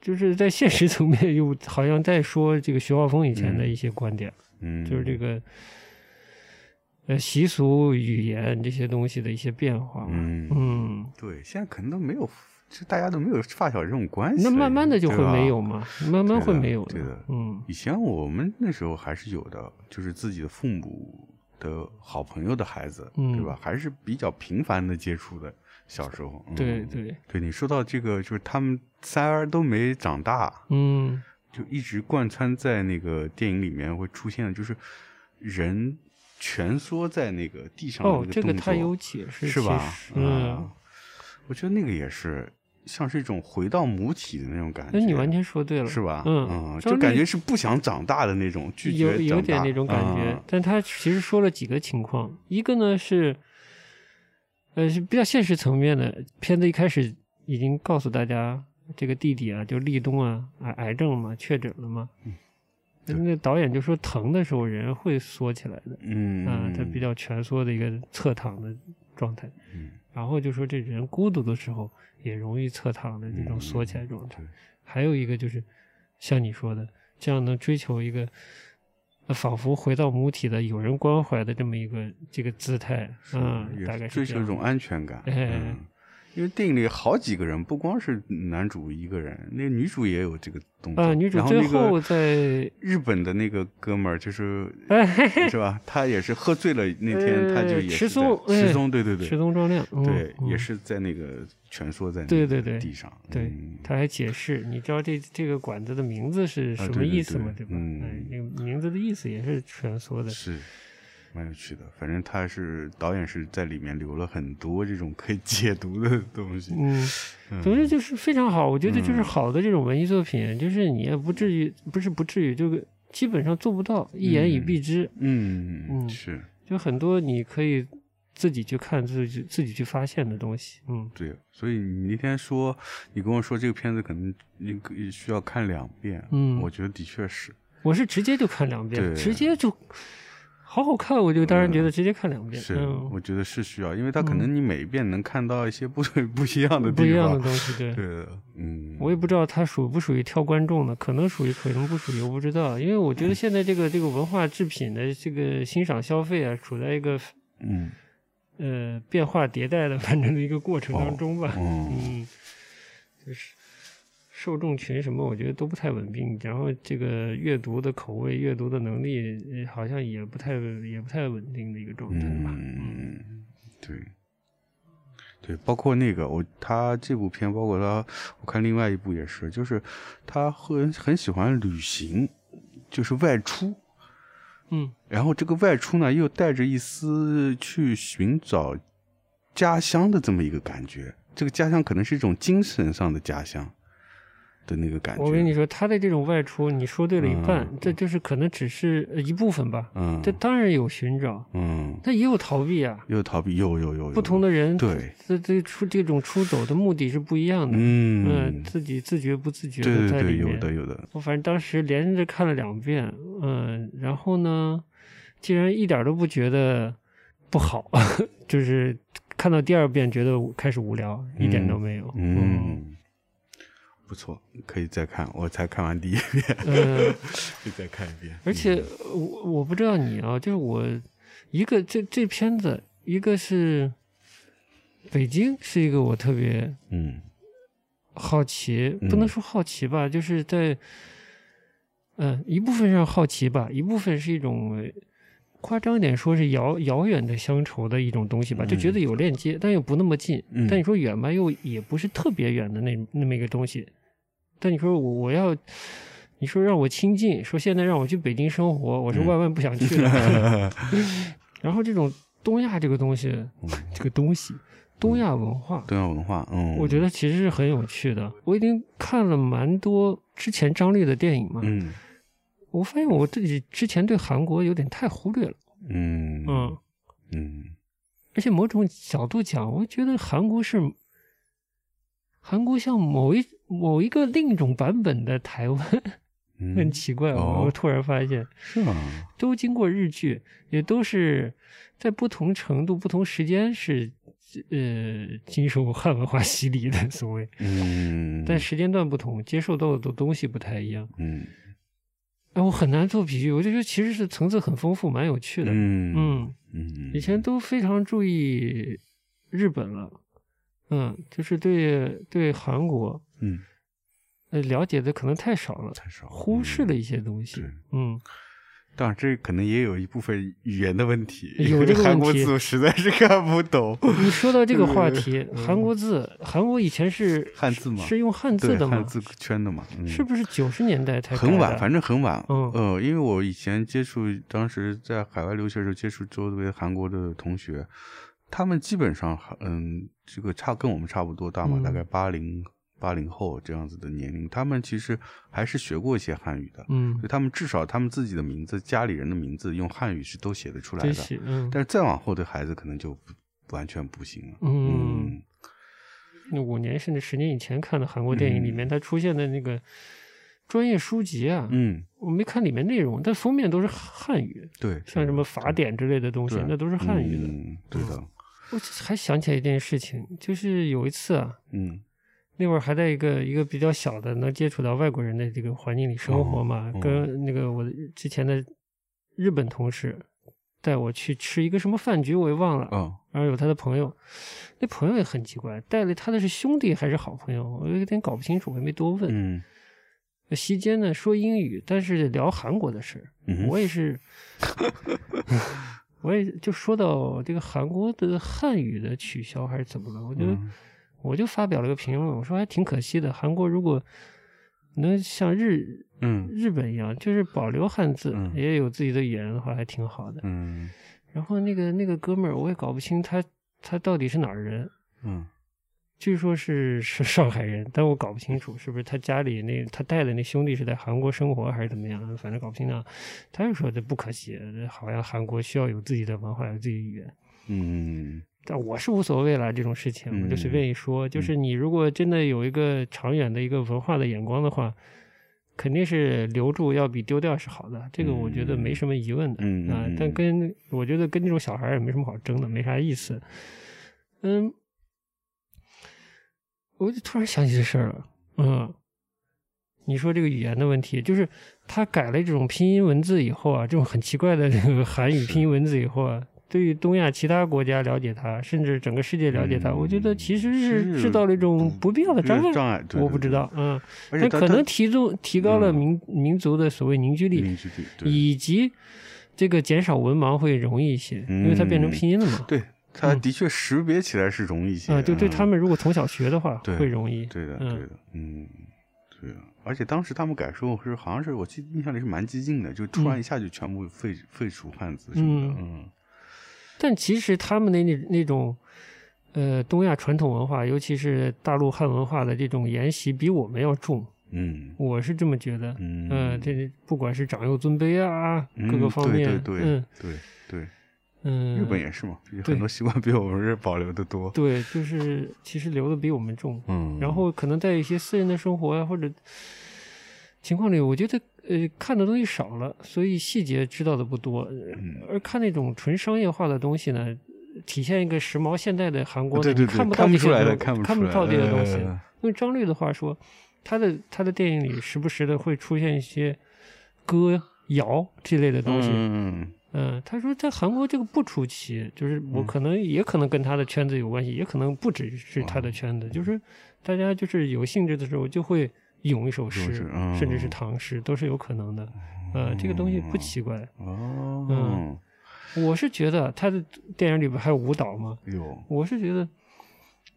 就是在现实层面又好像在说这个徐浩峰以前的一些观点，
嗯，
就是这个呃习俗语言这些东西的一些变化。
嗯
嗯
对，现在可能都没有，就大家都没有发小这种关系了，
那慢慢的就会
对吧
没有嘛，慢慢会没有
对的对的
嗯
以前我们那时候还是有的，就是自己的父母的好朋友的孩子，
嗯
对吧？还是比较频繁的接触的。小时候，嗯、
对对，
对你说到这个，就是他们仨儿都没长大，
嗯
就一直贯穿在那个电影里面会出现的，就是人蜷缩在那个地上的
哦，
那
这个
动
他
作
有解释，
是吧
其实？嗯
啊，，我觉得那个也是像是一种回到母体的那种感觉。
那你完全说对了，
是吧？
嗯，
就感
觉。
觉是不想长大的那种，拒绝
有有
长
点
大
那种感觉，
嗯
但他其实说了几个情况，一个呢是，呃，是比较现实层面的。片子一开始已经告诉大家，这个弟弟啊，就立冬啊，癌癌症嘛，确诊了嘛。
对
那导演就说疼的时候人会缩起来的，
嗯
啊，他比较蜷缩的一个侧躺的状态。
嗯
然后就说这人孤独的时候也容易侧躺的这种缩起来状态。
嗯对
还有一个就是像你说的，这样能追求一个、呃仿佛回到母体的有人关怀的这么一个这个姿态，啊，
也
大概是
追
这
求一
样
种安全感。
哎
嗯，因为电影里好几个人，不光是男主一个人，那个女主也有这个动作。
啊女主
然后那
最
个
后在
日本的那个哥们儿，
[laughs]
就是
哎嘿嘿
是吧？他也是喝醉了那天，
呃
他就也是
失踪
在
哎
失踪，对对对，
失踪照亮，嗯
对，
嗯
也是在那个蜷缩在那
对
个
对对
地上，
对
嗯，
他还解释，你知道这这个馆子的名字是
啊
什么
对对
意思吗？
对
吧？
嗯
哎那个名字的意思也是蜷缩的，
是蛮有趣的。反正他是导演是在里面留了很多这种可以解读的东西。
嗯，总之就是非常好。我觉得就是好的这种文艺作品，就是你也不至于，不是不至于，就是基本上做不到一言以蔽之。
嗯
嗯
是
就很多你可以自己去看、自己自己去发现的东西。嗯，
对。所以你那天说，你跟我说这个片子可能你可以需要看两遍，
嗯
我觉得的确是。
我是直接就看两遍，
对
直接就好好看，我就当然觉得直接看两遍，
是，我
嗯，
觉得是需要，因为它可能你每一遍能看到一些不 [laughs] 不一样的地方，
不一样的东西，对。
啊对的，嗯，
我也不知道它属不属于挑观众的，可能属于，可能不属于，我不知道。因为我觉得现在这个这个文化制品的这个欣赏消费啊，处在一个
嗯，
呃变化迭代的 [laughs] 反正的一个过程当中吧。
哦
嗯，就是受众群什么，我觉得都不太稳定，然后这个阅读的口味、阅读的能力，呃好像也不太也不太稳定的一个状态吧。
嗯，对，对，包括那个我他这部片，包括他，我看另外一部也是，就是他很很喜欢旅行，就是外出，
嗯
然后这个外出呢又带着一丝去寻找家乡的这么一个感觉，这个家乡可能是一种精神上的家乡的那个感觉。
我跟你，说，他的这种外出，你说对了一半，
嗯
这就是可能只是呃一部分吧。
嗯，
这当然有寻找，
嗯，
但也有逃避啊。
又逃避，有有有有
不同的人，
嗯对，
这这出这种出走的目的是不一样的。呃
嗯，
自己自觉不自觉
对
的
对
在
对，
里面。
有的有的，
我反正当时连着看了两遍，嗯、然后呢，竟然一点都不觉得不好， [laughs] 就是看到第二遍觉得开始无聊，一点都没有。
嗯，不错，可以再看。我才看完第一遍，
嗯，呃，
可以 [laughs] 再看一遍。
而且呃我我不知道你啊，就是我一个这这片子，一个是北京是一个我特别
[laughs] 嗯，
好奇，
嗯
不能说好奇吧，就是在，嗯、一部分上好奇吧，一部分是一种呃夸张一点说是遥遥远的乡愁的一种东西吧，就觉得有链接，但又不那么近。
嗯
但你说远吧，又也不是特别远的那那么一个东西。但你说我我要，你说让我亲近，说现在让我去北京生活，我是
嗯
万万不
[laughs]
想
嗯
去的。然后这种东亚这个东西，这个东西，东亚文化，
东亚文化，嗯，
我觉
得，
得其实是很有趣的。我已经看了蛮多之前张力的电影嘛，
嗯
我发现我自己之前对韩国有点太忽略了，
嗯
嗯，
嗯
而且某种角度讲，我觉得韩国是韩国像某一某一个另一种版本的台湾，
嗯，
[laughs] 很奇怪，
哦
我突然发现，
是啊吗？
都经过日剧，也都是在不同程度、不同时间是呃经受汉文化洗礼的所谓，
嗯，
[laughs] 但时间段不同，接受到的东西不太一样。
嗯
哎，我很难做比喻，我就觉得其实是层次很丰富，蛮有趣的。
嗯
嗯，
嗯，
以前都非常注意日本了，嗯，就是对对韩国
嗯
呃了解的可能太少了，
太少，
忽视了一些东
嗯
西
对。
嗯，
当然，这可能也有一部分语言的问题，
有
因为
这个
韩国
问题
字我实在是看不
[laughs]
懂。
你说到这个话
对
题， [laughs] 韩国字，韩国以前是
汉字吗
是用汉字
对，
的吗
汉？字圈的嘛，嗯、
是不是九十年代才
很
改
晚，
的
反正很晚。
嗯
呃，因为我以前接触，当时在海外留学的时候接触周围韩国的同学，他们基本上，嗯，这个差跟我们差不多大嘛，
嗯
大概八零八零后这样子的年龄，他们其实还是学过一些汉语的。
嗯
所以，他们至少他们自己的名字、家里人的名字用汉语是都写得出来
真
的，
是嗯
但是再往后的孩子可能就不完全不行了。
嗯，
嗯
那五年甚至十年以前看的韩国电影里面，它出现的那个专业书籍啊，
嗯，
我没看里面内容，但封面都是汉语，
对，
像什么法典之类的东西
对，
那都是汉语的。
嗯、对的，
我还想起来一件事情，就是有一次啊，
嗯
那会儿还在一个一个比较小的能接触到外国人的这个环境里生活嘛，
哦哦
跟那个我的之前的日本同事带我去吃一个什么饭局，我也忘了。
哦，
然后有他的朋友，那朋友也很奇怪，带了他的是兄弟还是好朋友，我有点搞不清楚，我也没多问。
嗯
那席间呢说英语，但是聊韩国的事儿，
嗯哼
我
[laughs]
也是，我也就说到这个韩国的汉语的取消还是怎么了，我觉得。
嗯
我就发表了个评论，我说还挺可惜的，韩国如果能像日
嗯
日本一样，就是保留汉字，
嗯
也有自己的语言的话，还挺好的。
嗯
然后那个那个哥们儿，我也搞不清他他到底是哪儿人，
嗯
据说是是上海人，但我搞不清楚是不是他家里那他带的那兄弟是在韩国生活还是怎么样，反正搞不清啊。他就说这不可惜，好像韩国需要有自己的文化，有自己的语言。
嗯
但我是无所谓了这种事情，我就
嗯
随便一说。就是你如果真的有一个长远的一个文化的眼光的话，肯定是留住要比丢掉是好的，这个我觉得没什么疑问的、
嗯
啊
嗯。
但跟我觉得跟这种小孩儿也没什么好争的，没啥意思。嗯，我就突然想起这事儿了，嗯。你说这个语言的问题，就是他改了这种拼音文字以后啊，这种很奇怪的这个韩语拼音文字以后啊，对于东亚其他国家了解它，甚至整个世界了解它，
嗯
我觉得其实是
是
制造了一种不必要的障碍。
障碍，对
我不知道，，嗯，
对
但
对而且
可
它
能提重提高了民、民族的所谓凝聚
它
力
凝，聚力对
以及这个减少文盲会容易一些，
嗯
因为它变成拼音了嘛。
对，它的确识别起来是容易一些
啊，嗯就对他
嗯
们如果从小学的话，
对
会容易。
对的，
嗯
对的，嗯，对的。而且当时他们改时候是好像是我记印象里是蛮激进的，就突然
嗯
一下就全部废废除汉字什么的，嗯
但其实他们的那那种，呃，东亚传统文化，尤其是大陆汉文化的这种沿袭，比我们要重，
嗯
我是这么觉得。
嗯
呃这不管是长幼尊卑啊，各个
嗯
方面，
对对
嗯
对对对，
嗯，
日本也是嘛，有
对
很多习惯比我们这儿保留的多，
对，就是其实留的比我们重。
嗯，
然后可能在一些私人的生活啊或者情况里，我觉得呃看的东西少了，所以细节知道的不多。
嗯
而看那种纯商业化的东西呢，体现一个时髦现代的韩国呢，
对对
你
对，
看不
看
到
不
这
出
些
来的，
东
看不
看
出
不
来
到这些东西。
呃
用张律的话说，他的他的电影里时不时的会出现一些歌谣这类的东西。
嗯
嗯，他说在韩国这个不出奇，就是我可能、也可能跟他的圈子有关系，也可能不只是他的圈子，就是大家就是有兴致的时候就会咏一首
咏一
诗
首，嗯
甚至是唐诗，都是有可能的。呃，这个东西不奇怪。嗯
哦，
我是觉得他的电影里边还有舞蹈嘛，
有，
我是觉得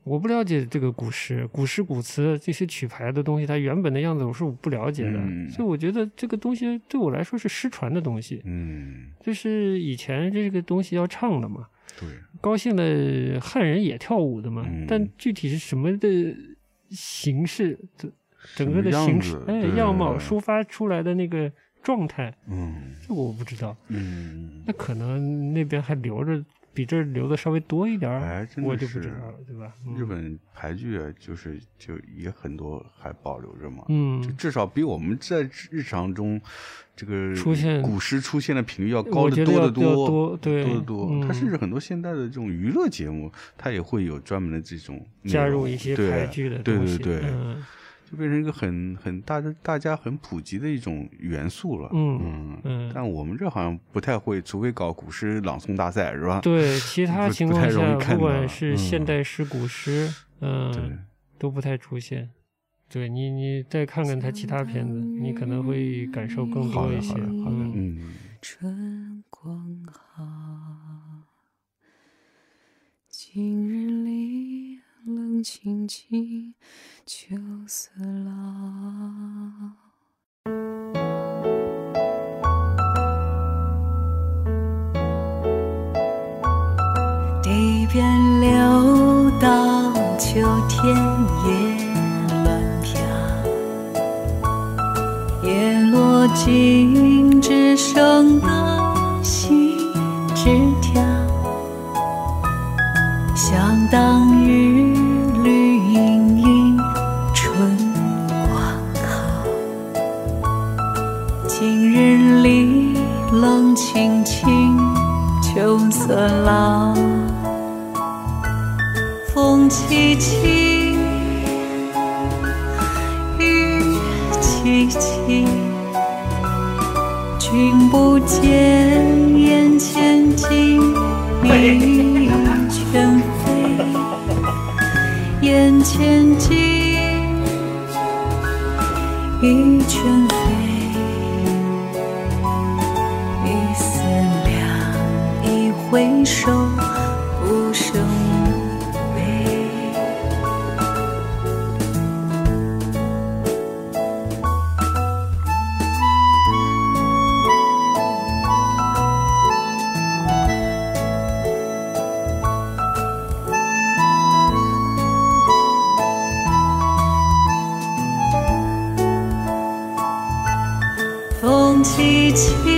我不了解这个古诗、古诗、古词这些曲牌的东西，它原本的样子我是不了解的，
嗯
所以我觉得这个东西对我来说是失传的东西。
嗯
就是以前这个东西要唱的嘛，
对，
高兴的汉人也跳舞的嘛，
嗯
但具体是什么的形式，整整个的
什么样
形式
子，
哎
对，对
样貌
对
抒发出来的那个状态，
嗯
这个我不知道。
嗯，
那可能那边还留着，比这儿留的稍微多一点儿，
哎真的
我就不知
是
道了，对吧？嗯
日本排剧就是就也很多还保留着嘛，就
嗯，
至少比我们在日常中这个
出现
古诗出现的频率要高
我觉
得多
得要
得
要
多，
多对
多得多。它
嗯
甚至很多现代的这种娱乐节目，它也会有专门的这种内
加
容
入一些
对
排剧的
对
东
对
西，
对，
嗯
就变成一个很很大家大家很普及的一种元素了。
嗯嗯
但我们这好像不太会，除非搞古诗朗诵大赛是 [laughs] 吧？
对，其他
不
情
不太
况
容易
下，
看
不
到
管
了
是
嗯
现代诗、古诗，嗯，都不太出现。对你，你再看看他其他片子，你可能会感受更
好
多
的
一些。
好的好的，
嗯，
嗯，
春光好，今日里冷清清，秋色老。地边流荡，秋天也乱飘。叶落尽，只剩的心枝条。想当日，绿阴影，春光好。今日里，冷清清，秋色老。风凄凄，雨凄凄，君不见，眼前景，已全非。眼前景，已全非。一思量，一回首，不胜悲。风凄凄，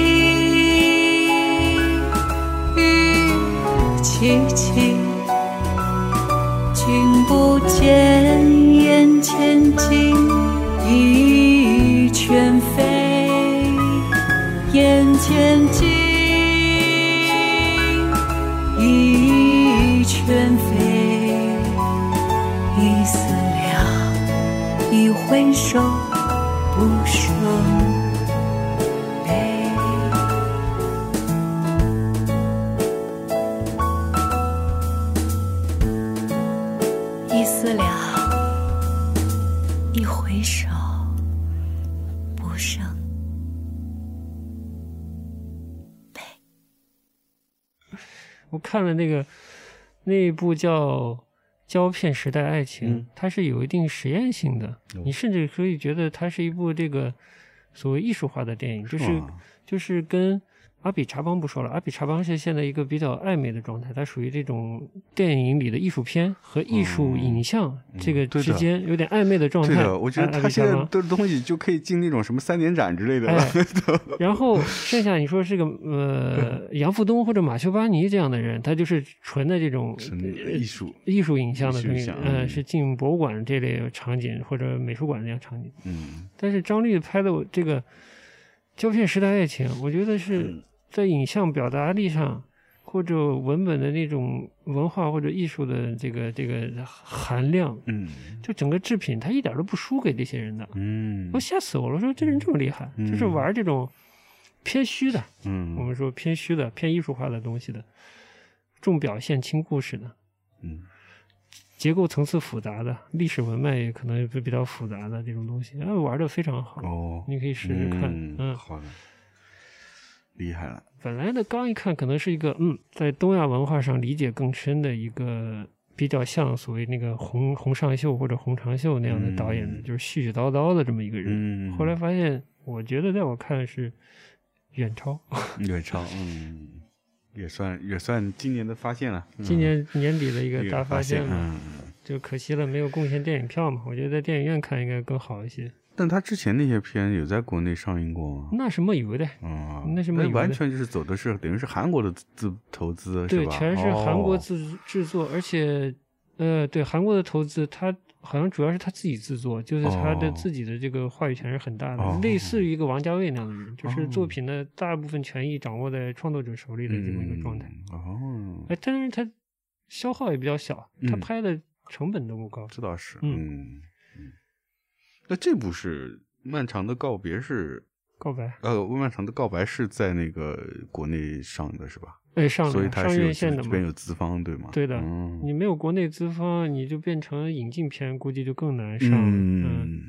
雨凄凄，君不见，眼前景已全非，眼前景已全非，一思量，一回首，不胜。悲。一思量，一回首，不胜悲。
我看了那个那一部叫《胶片时代爱情》，
嗯
它是有一定实验性的，你甚至可以觉得它是一部这个所谓艺术化的电影，就是
吗
就是跟阿比查邦不说了，阿比查邦是现在一个比较暧昧的状态，它属于这种电影里的艺术片和艺术影像这个
嗯对的
之间有点暧昧的状态。
对的，我觉得
哎
他现在
阿比查邦
的东西就可以进那种什么三年展之类的了。 [laughs]
哎然后剩下你说是个
[laughs]
呃杨富东或者马修巴尼这样的人，他就是纯的这种呃
纯艺术，
艺术影像的东
艺
西
术影，像
呃，
嗯
是进博物馆这类场景或者美术馆那样场景。
嗯，
但是张律拍的我这个《胶片时代爱情》，我觉得
嗯
是在影像表达力上，或者文本的那种文化或者艺术的这个这个含量，
嗯
就整个制品，它一点都不输给这些人的。
嗯
我吓死我了！我说这人这么厉害，
嗯
就是玩这种偏虚的，我
嗯
们说偏虚的、偏艺术化的东西的，重表现轻故事的，
嗯，
结构层次复杂的，历史文脉也可能也比较复杂的这种东西，啊，玩的非常好。
哦，
你可以试试看，嗯，
好的，厉害了，
本来的刚一看可能是一个，嗯，在东亚文化上理解更深的一个，比较像所谓那个洪洪尚秀或者洪长秀那样的导演的，
嗯
就是絮絮叨叨的这么一个人。
嗯，
后来发现，我觉得在我看是远超，
远超，嗯，也算也算今年的发现了。嗯
今年年底的一
一
个
个
大发现
现，
嘛，
嗯。
就可惜了没有贡献电影票嘛。我觉得在电影院看应该更好一些。
但他之前那些片有在国内上映过吗？
那是没有的，
啊，
那是没有的
完全就是走的是等于是韩国的资投资，
对，
吧？
全是韩国
哦
制制作，而且呃，对韩国的投资，他好像主要是他自己制作，就是他的
哦
自己的这个话语权是很大的，
哦
类似于一个王家卫那样的人，就是作
哦
品的大部分权益掌握在创作者手里的这么一个状态。
嗯哦，
哎，但是他消耗也比较小，他
嗯
拍的成本都不高。
这倒是，
嗯
嗯。嗯那这部是《漫长的告别》是
告白，
呃，《漫长的告白》是在那个国内上的是吧？
哎，上
所以
了
它
上
是有资
院线的
这
嘛
边？有资方对吗？
对的
嗯
你没有国内资方，你就变成引进片，估计就更难上了。嗯
嗯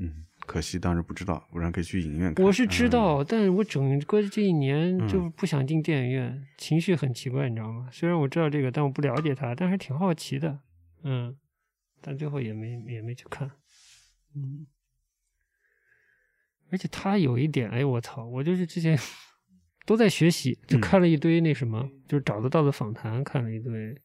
嗯，可惜当时不知道，不然可以去影院看。
我是知
嗯
道，但是我整个这一年
嗯
就不想进电影院，情绪很奇怪，你知道吗？虽然我知道这个，但我不了解它，但还挺好奇的，嗯，但最后也没也没去看，嗯。而且他有一点，哎，我操，我就是之前 [laughs] 都在学习，就
嗯
看了一堆那什么，就是找得到的访谈，看了一堆。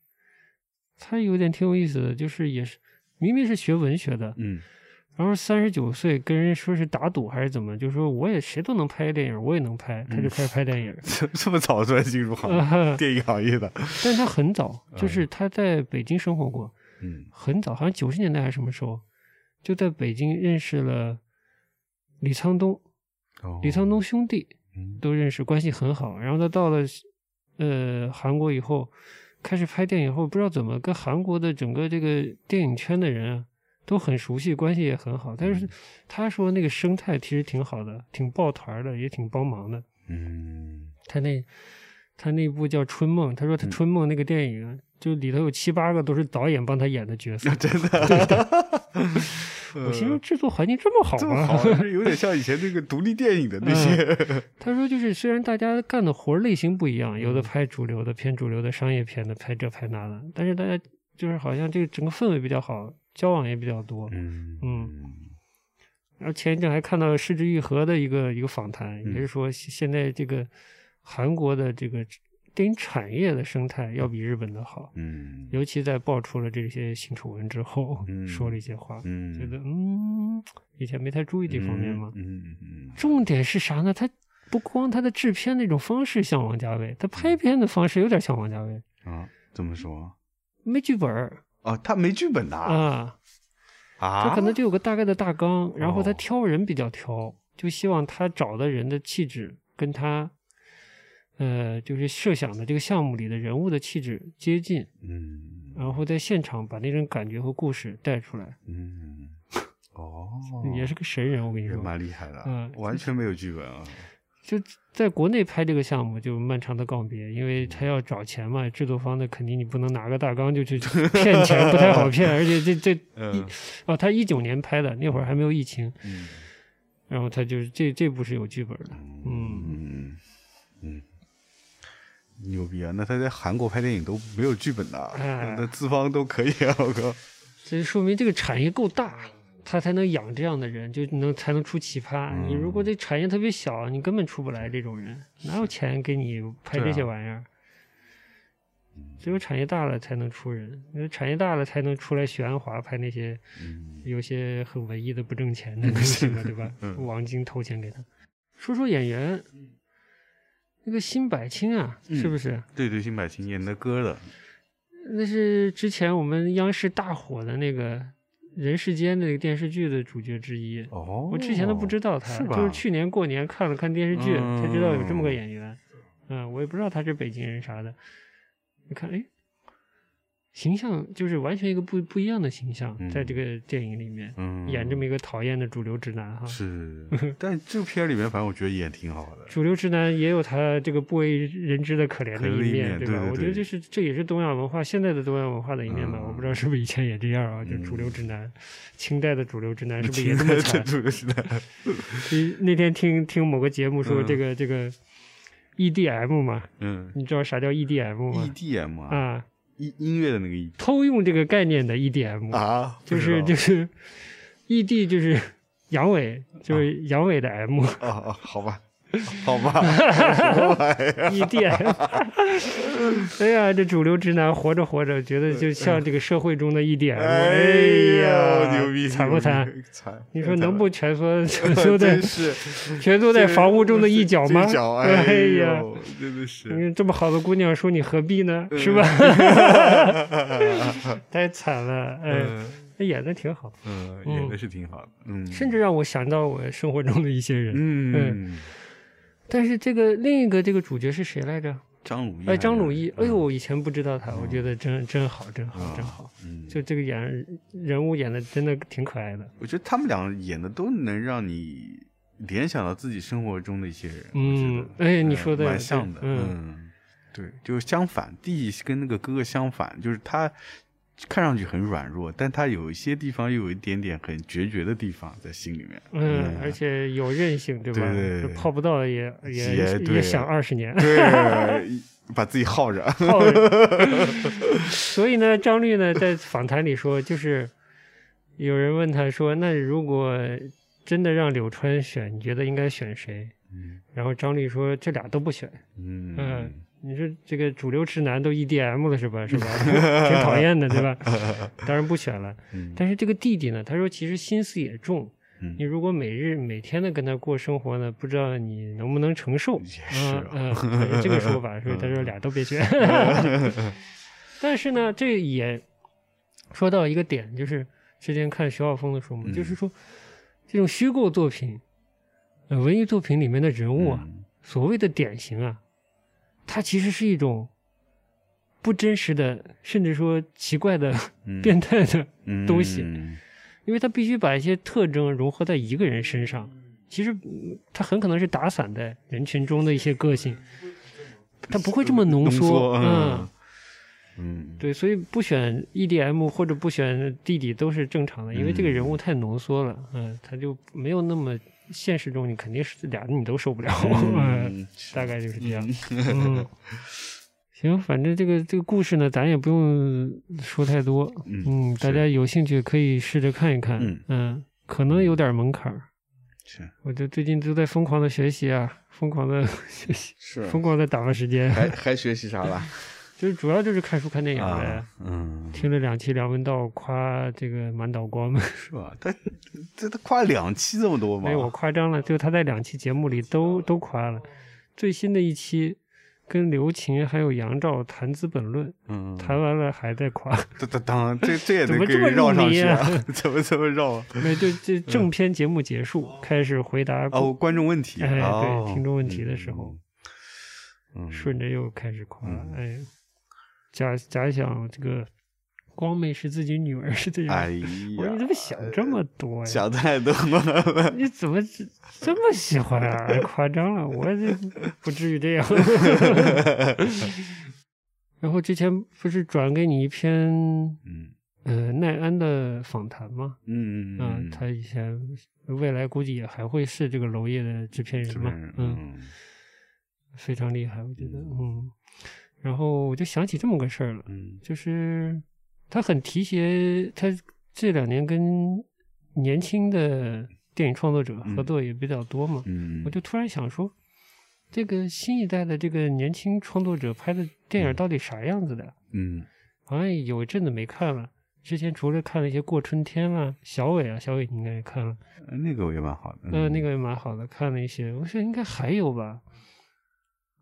他有点挺有意思的，就是也是明明是学文学的，
嗯 [laughs]
然后三十九岁跟人说是打赌还是怎么，就说我也谁都能拍电影，我也能拍，他就开始拍电影。
这这么早就进入行业、
啊
电影行业的，
但是他很早，就是他在北京生活过，
嗯
很早，好像九十年代还是什么时候，就在北京认识了李沧东，
哦
李沧东兄弟
嗯
都认识，关系很好。然后他到了呃韩国以后，开始拍电影后，不知道怎么跟韩国的整个这个电影圈的人啊都很熟悉，关系也很好。但
嗯
是他说那个生态其实挺好的，挺抱团儿的，也挺帮忙的。
[laughs] 嗯。
他那他那部叫《春梦》，他说他《春梦》那个电影啊，就里头有七八个都是导演帮他演的角色
啊真的， [laughs]
我心说制作环境这么好
呃这么
吗？
好，就是有点像以前那个独立电影的那些，
他说，就是虽然大家干的活儿类型不一样，
嗯
有的拍主流的、偏主流的、商业片的，拍这拍那的，但是大家就是好像这个整个氛围比较好，交往也比较多。
嗯
然后前一阵还看到失之愈合的一个一个访谈，也
嗯
是说现现在这个韩国的这个电影产业的生态要比日本的好，
嗯
尤其在爆出了这些性丑闻之后，
嗯
说了一些话，
嗯，
觉得嗯，以前没太注意这方面嘛。
嗯嗯
重点是啥呢？他不光他的制片那种方式像王家卫，他拍片的方式有点像王家卫，
嗯啊，怎么说？
没剧本儿
啊，他没剧本的啊，
啊，他
他
可能就有个大概的大纲，然后他
哦
挑人比较挑，就希望他找的人的气质跟他。呃，就是设想的这个项目里的人物的气质接近，
嗯
然后在现场把那种感觉和故事带出来，
嗯哦，
也是个神人。我跟你
也
说，
蛮厉害的，
嗯
完全没有剧本啊，
就在国内拍这个项目就漫长的告别，因为他要找钱嘛，制作方的肯定你不能拿个大纲就去骗钱，不太好骗。而且这这一
嗯
哦，他一九年拍的，那会儿还没有疫情，
嗯
然后他就是这这部是有剧本的，嗯，
嗯嗯，牛逼啊！那他在韩国拍电影都没有剧本的啊，
哎
那资方都可以啊，我靠，
这说明这个产业够大。他才能养这样的人，就能才能出奇葩。你
嗯
如果这产业特别小，你根本出不来这种人，哪有钱给你拍这
对
些
啊嗯
玩意儿？只有产业大了才能出人，因为产业大了才能出来许鞍华拍那些
嗯
有些很文艺的不挣钱的东西嘛，对
[laughs]
吧？王晶投钱给他。说说演员，那个辛柏青啊，是
嗯
不是？
对对，辛柏青演的歌的，
那是之前我们央视大火的那个《人世间》那个电视剧的主角之一。
哦，
我之前都不知道他，
是吧
就是去年过年看了看电视剧，
嗯
才知道有这么个演员。嗯，我也不知道他是北京人啥的。你看，哎，形象就是完全一个不不一样的形象，
嗯
在这个电影里面。
嗯
演这么一个讨厌的主流直男哈。
是，但这个片儿里面，反正我觉得演挺好
[laughs]
的。
主流直男也有他这个不为人知的可怜
可
的
怜的
一
一面
对吧？
对对
我觉
对
得这是这也是东亚文化现在的东亚文化的一面吧。
嗯
我不知道是不是以前也这样啊？就主流直男，清代的主流直男是不是也
[laughs]
这
这
么
么
惨？
主流时代，
[laughs] 你那天听听某个节目说
嗯
这个、这个 EDM 嘛，
嗯
你知道啥叫 EDM 吗？
，EDM 啊，
啊，
音音乐的那个 E
偷用这个概念的 EDM，、
啊，
就
不知
是
道
就是 E ED 就是阳痿，就是阳痿的 M。 [laughs]
啊啊，好吧，好吧，什么玩意儿
异
[laughs]
电。哎呀，这主流直男活着活着，觉得就像这个社会中的一点。
哎
呀，
呦，牛逼！
惨不惨？
牛逼？惨！哎
你说能不蜷
[laughs]
缩蜷 [laughs] 缩在
真是
蜷缩在房屋中的一角吗？
这角
哎
哎
呀，
呦，真的是。
你这么好的姑娘说你何必呢？
[laughs]
是吧？太惨了，哎，
嗯
那演的挺好，
嗯，演的是挺好的，嗯，
甚至让我想到我生活中的一些人。
嗯，
但是这个另一个这个主角是谁来着？
张鲁一，
哎，张鲁一，
嗯
哎呦，，我以前不知道他，我觉得真真好，真好，真好。
嗯，
就这个演人物演的真的挺可爱的，
我觉得他们俩演的都能让你联想到自己生活中的一些人，我
嗯
觉得，
哎，你
嗯
说的
蛮
对
像的，
嗯，
嗯，对，就是相反，弟跟那个哥哥相反，就是他看上去很软弱，但他有一些地方又有一点点很决绝的地方在心里面，
嗯，而且有韧性，对吧？
对对对
就泡不到也也
也对啊
也想二
[laughs]
十年，
对，把自己耗
[laughs]
着，
泡了所以呢，张律呢在访谈里说，就是有人问他说，那如果真的让柳川选，你觉得应该选谁？
嗯
然后张律说，这俩都不选。嗯
嗯，
你说这个主流直男都 EDM 了
[laughs]
是吧？是吧？ [laughs] 挺讨厌的，对吧？当然不选了。
嗯
但是这个弟弟呢，他说其实心思也重，
嗯
你如果每日每天的跟他过生活呢，不知道你能不能承受。
也是
嗯
啊嗯
嗯，对这个说
[laughs]
法，所以他说俩都别选。但是呢，这也说到一个点，就是之前看徐浩峰的时候嘛，
嗯
就是说这种虚构作品、呃文艺作品里面的人物啊，
嗯
所谓的典型啊，它其实是一种不真实的，甚至说奇怪的、
嗯
[laughs] 变态的，东西
嗯
因为它必须把一些特征融合在一个人身上。其实嗯它很可能是打散在人群中的一些个性，它不会这么浓
浓
缩。
缩，
嗯
嗯，嗯，
对，所以不选 EDM 或者不选弟弟都是正常的，因为这个人物太浓缩了，嗯，他就没有那么现实中你肯定是俩你都受不了， [laughs] 嗯，大概就是这样。嗯，行，反正这个这个故事呢，咱也不用说太多，
嗯
嗯，大
是
家有兴趣可以试着看一看，
嗯
可能有点门槛儿。
是
我就最近都在疯狂的学习啊，疯狂的 [laughs] 学习，
是
[laughs] 疯狂的打发时间，
还还学习啥了？
就是主要就是看书看电影呗。
啊，嗯，
听了两期梁文道夸这个满岛光，
是吧？他这他夸两期这么多吗？
没有哎我夸张了，就他在两期节目里都都夸了。最新的一期跟刘琴还有杨照谈《资本论》，
嗯，
谈完了还在夸，
当当当，这这也
怎
能
么
给
这么
人绕
入
上
迷
去
啊？
怎么这么绕啊？
[laughs] 没就这正片节目结束，开始回答
哦，观众问题，
哎对
哦
听众问题的时候，
嗯，嗯
顺着又开始夸，
嗯
哎，假假想这个光妹是自己女儿是这样，
哎
我说
呀，呃
你怎么想这么多呀？
想太多了，
你怎么这这么喜欢啊？夸张了，我
[laughs]
这不至于这样。然后之前不是转给你一篇
嗯
呃奈安的访谈吗？
嗯
嗯，他以前未来估计也还会是这个娄烨的制片
这
人嘛
边人，
嗯，
嗯
非常厉害，我觉得，嗯。然后我就想起这么个事儿了，
嗯
就是他很提携，他这两年跟年轻的电影创作者合作也比较多嘛，
嗯，
我就突然想说，这个新一代的这个年轻创作者拍的电影到底啥样子的？
嗯
好像有一阵子没看了。之前除了看了一些《过春天》啊，小伟啊，小伟你应该也看了，
呃那个我也蛮好的，
呃，那
个
个也蛮好的，看了一些。我说应该还有吧，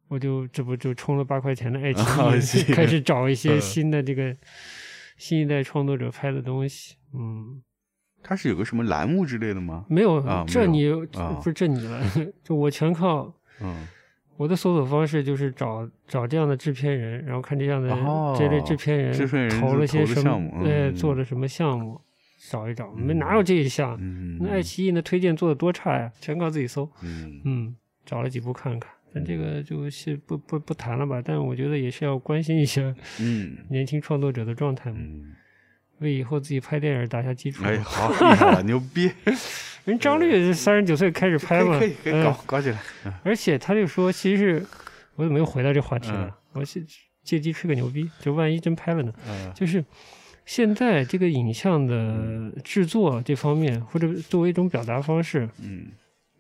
我就这不就充了八
[laughs]
块钱的爱
啊
奇艺，
是
开始找一些
嗯
新的这个新一代创作者拍的东西。嗯，
他是有个什么栏目之类的吗？
没有，
啊
这
没
你、
啊
不是这你了， [laughs] 就我全靠
嗯
我的搜索方式就是找找这样的制片人，然后看这样的、
哦
这类制片人
制片人
投了些
投的
什
项
么
目，
哎，
嗯
做了什么项目，找一找，没
嗯
哪有这一项。
嗯，
那爱奇艺那推荐做的多差呀，全靠自己搜。
嗯
嗯，找了几部看看，但这个就是不不不谈了吧。但我觉得也是要关心一下
嗯
年轻创作者的状态嘛，
嗯，
为以后自己拍电影打下基础嘛。
哎，好厉害了，牛逼，
人张律三十九岁开始拍嘛，
可以可以可以
嗯
搞搞起来，
而且他就说，其实是我怎么又回到这话题了？我是借机吹个牛逼，就万一真拍了呢？
嗯
就是现在这个影像的制作这方面，或者作为一种表达方式，
嗯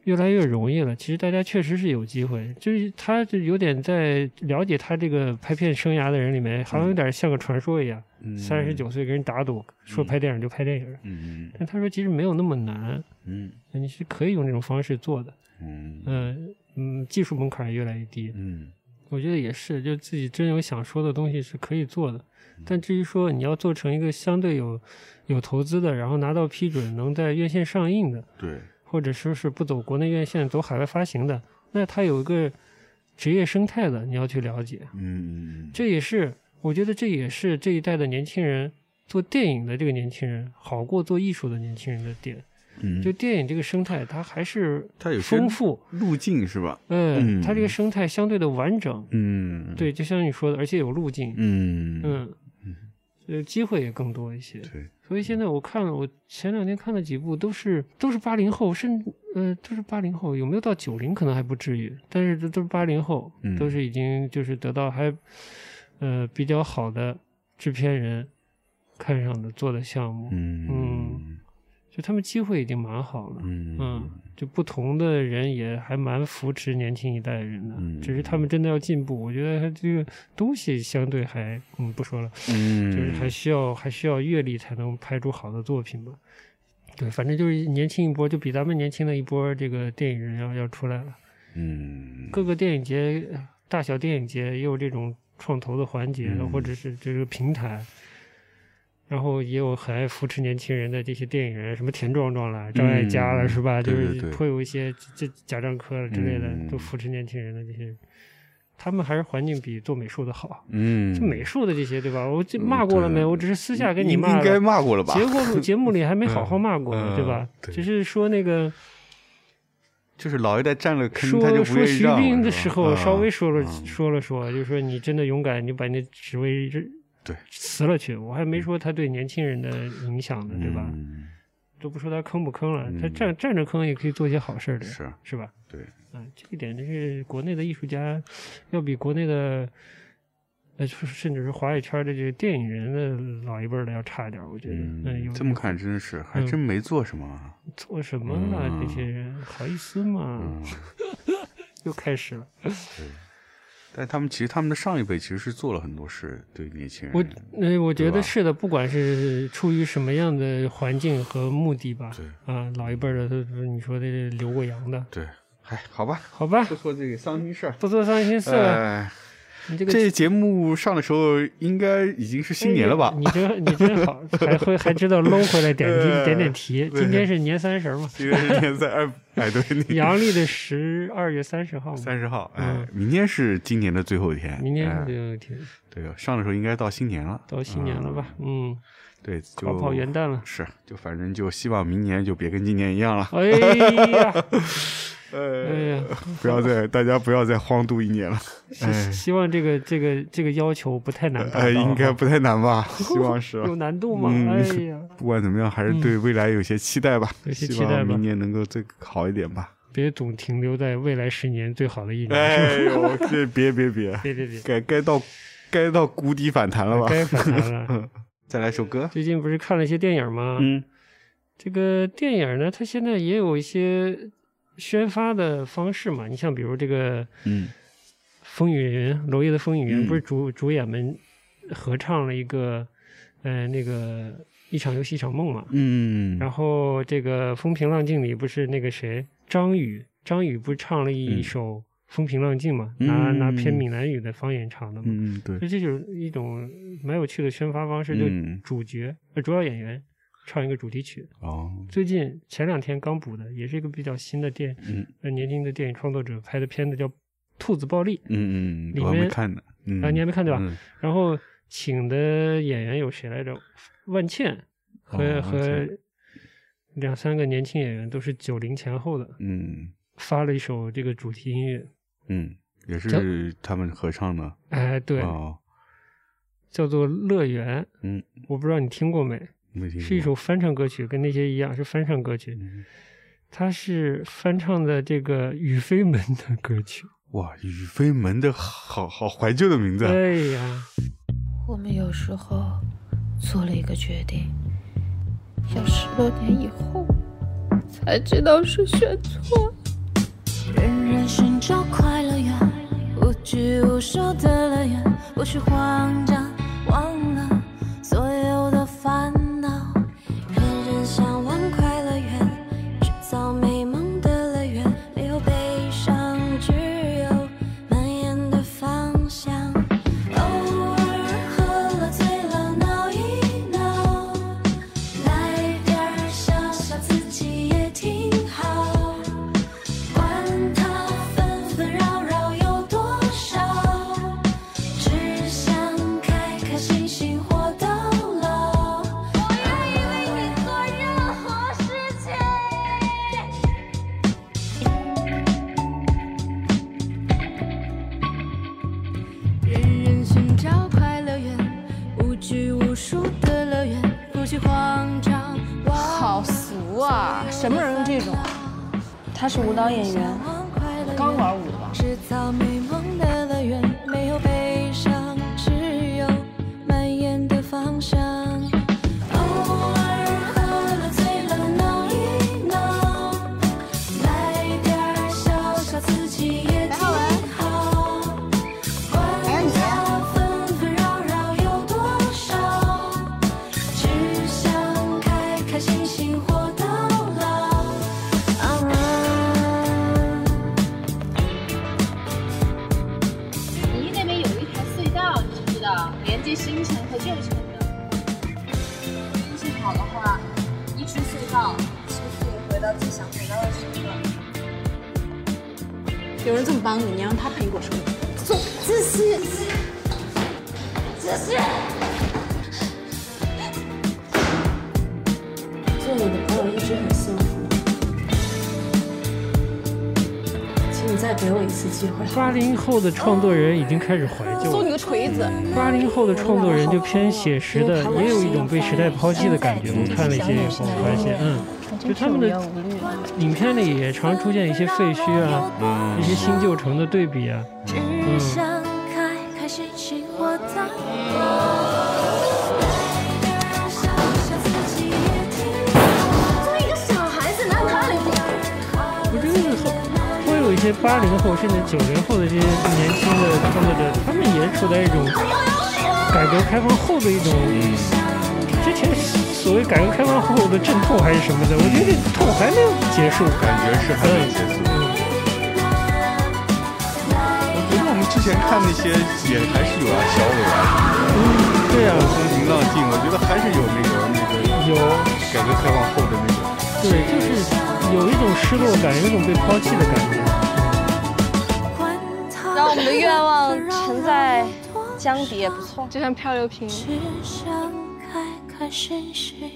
越来越容易了。其实大家确实是有机会，就是他就有点在了解他这个拍片生涯的人里
嗯
面，好像有点像个传说一样，三十九岁跟人打赌说拍电影就拍电影。
嗯，
但他说其实没有那么难，
嗯
你是可以用这种方式做的。
嗯嗯
嗯嗯，技术门槛儿也越来越低，
嗯
我觉得也是，就自己真有想说的东西是可以做的。
嗯
但至于说你要做成一个相对有有投资的，然后拿到批准，能在院线上映的，
对，
或者说是不走国内院线走海外发行的，那它有一个职业生态的，你要去了解。
嗯，
这也是我觉得这也是这一代的年轻人做电影的这个年轻人好过做艺术的年轻人的点。就电影这个生态，它还是
嗯它有些
丰富，
路径是吧？
嗯，
嗯
它这个生态相对的完整，
嗯，，
对，就像你说的，而且有路径，
嗯
嗯，呃，机会也更多一些。
对，
所以现在我看了，我前两天看了几部，都是都是八零后，甚呃都是八零后，有没有到九零可能还不至于，但是都都是八零后，
嗯
都是已经就是得到还呃比较好的制片人看上的做的项目，
嗯
就他们机会已经蛮好了。
嗯
嗯，就不同的人也还蛮扶持年轻一代人的，
嗯
只是他们真的要进步。我觉得他这个东西相对还，嗯，不说了，
嗯，
就是还需要还需要阅历才能拍出好的作品吧。对，反正就是年轻一波，就比咱们年轻的一波这个电影人要要出来了。
嗯
各个电影节、大小电影节也有这种创投的环节，
嗯
或者是这个平台。然后也有很爱扶持年轻人的这些电影人，什么田壮壮啦、张艾嘉啦，
嗯
是吧？
对对
就是
对
会有一些这这贾樟柯之类的，
嗯
都扶持年轻人的这些人，他们还是环境比做美术的好。
嗯，
这美术的这些，对吧？我这骂过了没？
对
我只是私下跟你
应
骂
应该
了，
骂过了吧？
结果节目里还没好好骂过
嗯
呢，对吧？
对
只是说那个
就是老一代占了坑，他就
说
不
说
愿意
徐
让
冰
了
的
是
时
吧
候，
啊
稍微说了
嗯
说了说，就说你真的勇敢，你把你的职位这
对
辞了去。我还没说他对年轻人的影响呢，对吧？
嗯
都不说他坑不坑了，他
嗯
站站着坑也可以做一些好事儿的呀，
是
是吧？
对，
啊，这一点就是国内的艺术家要比国内的。呃，就是甚至是华语圈的这个电影人的老一辈儿的要差一点儿，我觉得。嗯，有
这么看真是还
嗯
真没做什么啊。
做什么呢？
嗯
这些人好意思吗？
嗯
[laughs] 又开始了。
但他们其实他们的上一辈其实是做了很多事，对年轻人。
我那我
嗯
觉
对
得
吧
是的，不管是出于什么样的环境和目的吧，
对
啊，老一辈儿的都是你说的留过洋的，
对，哎，好吧，
好吧
不，说这个伤心事儿。
不做伤心事了。
哎，
你这个
这节目上的时候应该已经是新年了吧
哎？你真你真好，还会还知道搂回
[laughs]
来点题
呃
点点题。今天是年三十嘛，
今天是年三二，哎，对，
[laughs]
你
阳历的十二月三十号嘛，
三十号，哎
嗯，
明天是今年的最后一天，
明天是
哎
最后一天，
对，上的时候应该到新年了，
到新年了吧？嗯，
对，
快
就
跑元旦
[laughs]
了。
是，就反正就希望明年就别跟今年一样了，
哎呀， [laughs] 哎
呃，
呀，
不要再大家不要再荒度一年
[laughs]
了，
希希望这个这个这个要求不太难达到啊。
哎，应该不太难
[laughs]
吧？希望是。
有难度吗？
嗯
哎呀，
不管怎么样，还是对未来有些期待吧。
嗯有些期
希
待
望
吧
明年能够最好一点
[laughs]
吧。
[laughs] 别总停留在未来十年最好的一年。
哎 [laughs] 呦，这别别别，
别别别， [laughs]
该该到该到谷底反弹了吧？
该反弹 [laughs] 了。
再来首歌。
最近不是看了一些电影吗？
嗯
这个电影呢，它现在也有一些宣发的方式嘛。你像比如这个《
嗯
风雨人》，娄烨的《风雨人》
嗯
不是主主演们合唱了一个，呃，那个一场游戏一场梦嘛。
嗯，
然后这个《风平浪静》里不是那个谁张宇，张宇不是唱了一
嗯
首《风平浪静》嘛，拿拿偏
嗯
闽南语的方言唱的嘛，
嗯对
所，以这就是一种蛮有趣的宣发方式，就
嗯
主角、呃主要演员唱一个主题曲。
哦，
最近前两天刚补的，也是一个比较新的电，
嗯
呃年轻的电影创作者拍的片子叫《兔子暴力
嗯
里
嗯，我还没
面
看呢。》嗯
啊，你还没看对吧？
嗯
然后请的演员有谁来着？万茜和、
哦万
和
茜
两三个年轻演员都是九零前后的，
嗯
发了一首这个主题音乐。
嗯，也是他们合唱的。
哎，对，
哦，
叫做《乐园》。
嗯，
我不知道你听过没？
没听过。
是一首翻唱歌曲，跟那些一样是翻唱歌曲。
嗯
它是翻唱的这个宇飞门的歌曲。
哇，宇飞门的好好怀旧的名字啊。
哎呀，
我们有时候做了一个决定，要十多年以后才知道是选错了。
仍然寻找快乐源，无拘无束的乐园，不需慌张，忘了所有的烦恼，认真向往快乐园，制造美梦的乐园，没有悲伤，只有蔓延的方向。偶尔喝了醉了闹一闹，来点儿笑笑自己也挺好。管它纷纷扰扰有多少，只想开开心心活到老。我愿意为你做任何事情。人人寻找快乐园，无拘无束的乐园，不需慌张。
好俗啊！什么人这种？
他是舞蹈演员，
刚玩舞吧。
制造美梦的乐园，没有悲伤，只有蔓延的方向。偶尔喝了醉了闹一闹，来点儿笑笑自己也挺好。管它纷纷扰扰有多少，只想开开心心活到老。啊。
离那边有一条隧道，你知不知道？连接新城和旧城的。运气好的话，一出隧道，是不是回到自己想回到的时刻？
有人这么帮你，你让他陪你过生日。
做你的朋友一直很幸福。请你再给我一次机会。
八零后的创作人已经开始怀旧
做你
了。
个锤子！
八零后的创作人就偏写实的，也有一种被时代抛弃的感觉。我看了一些以后，我发现，嗯，就他们的影片里也常出现一些废墟啊，一些新旧城的对比啊。
只想开开心心活到
作为一个小孩子，哪有道理？
我真的是后，会有一些八零后甚至九零后的这些年轻的创作者，他们也处在一种改革开放后的一种，之前所谓改革开放后的阵痛还是什么的，我觉得这痛还没有结束，感
感觉是还没结束。
嗯
哎
我觉得我们之前看那些也还是有啊，小伟啊，
对啊，
风平浪静，我觉得还是有那个那个
有，
改革开放后的那种。
对，就是有一种失落感，有一种被抛弃的感觉。
让我们的愿望沉在江底也不错。
就像漂流瓶。
只想开开心心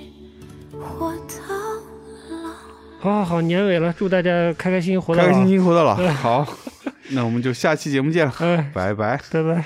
活到老。
好好好，年尾了，祝大家开开心心活到
开
老。
开心心活到老，好，那我们就下期节目见了，
哎，
拜拜。
拜拜。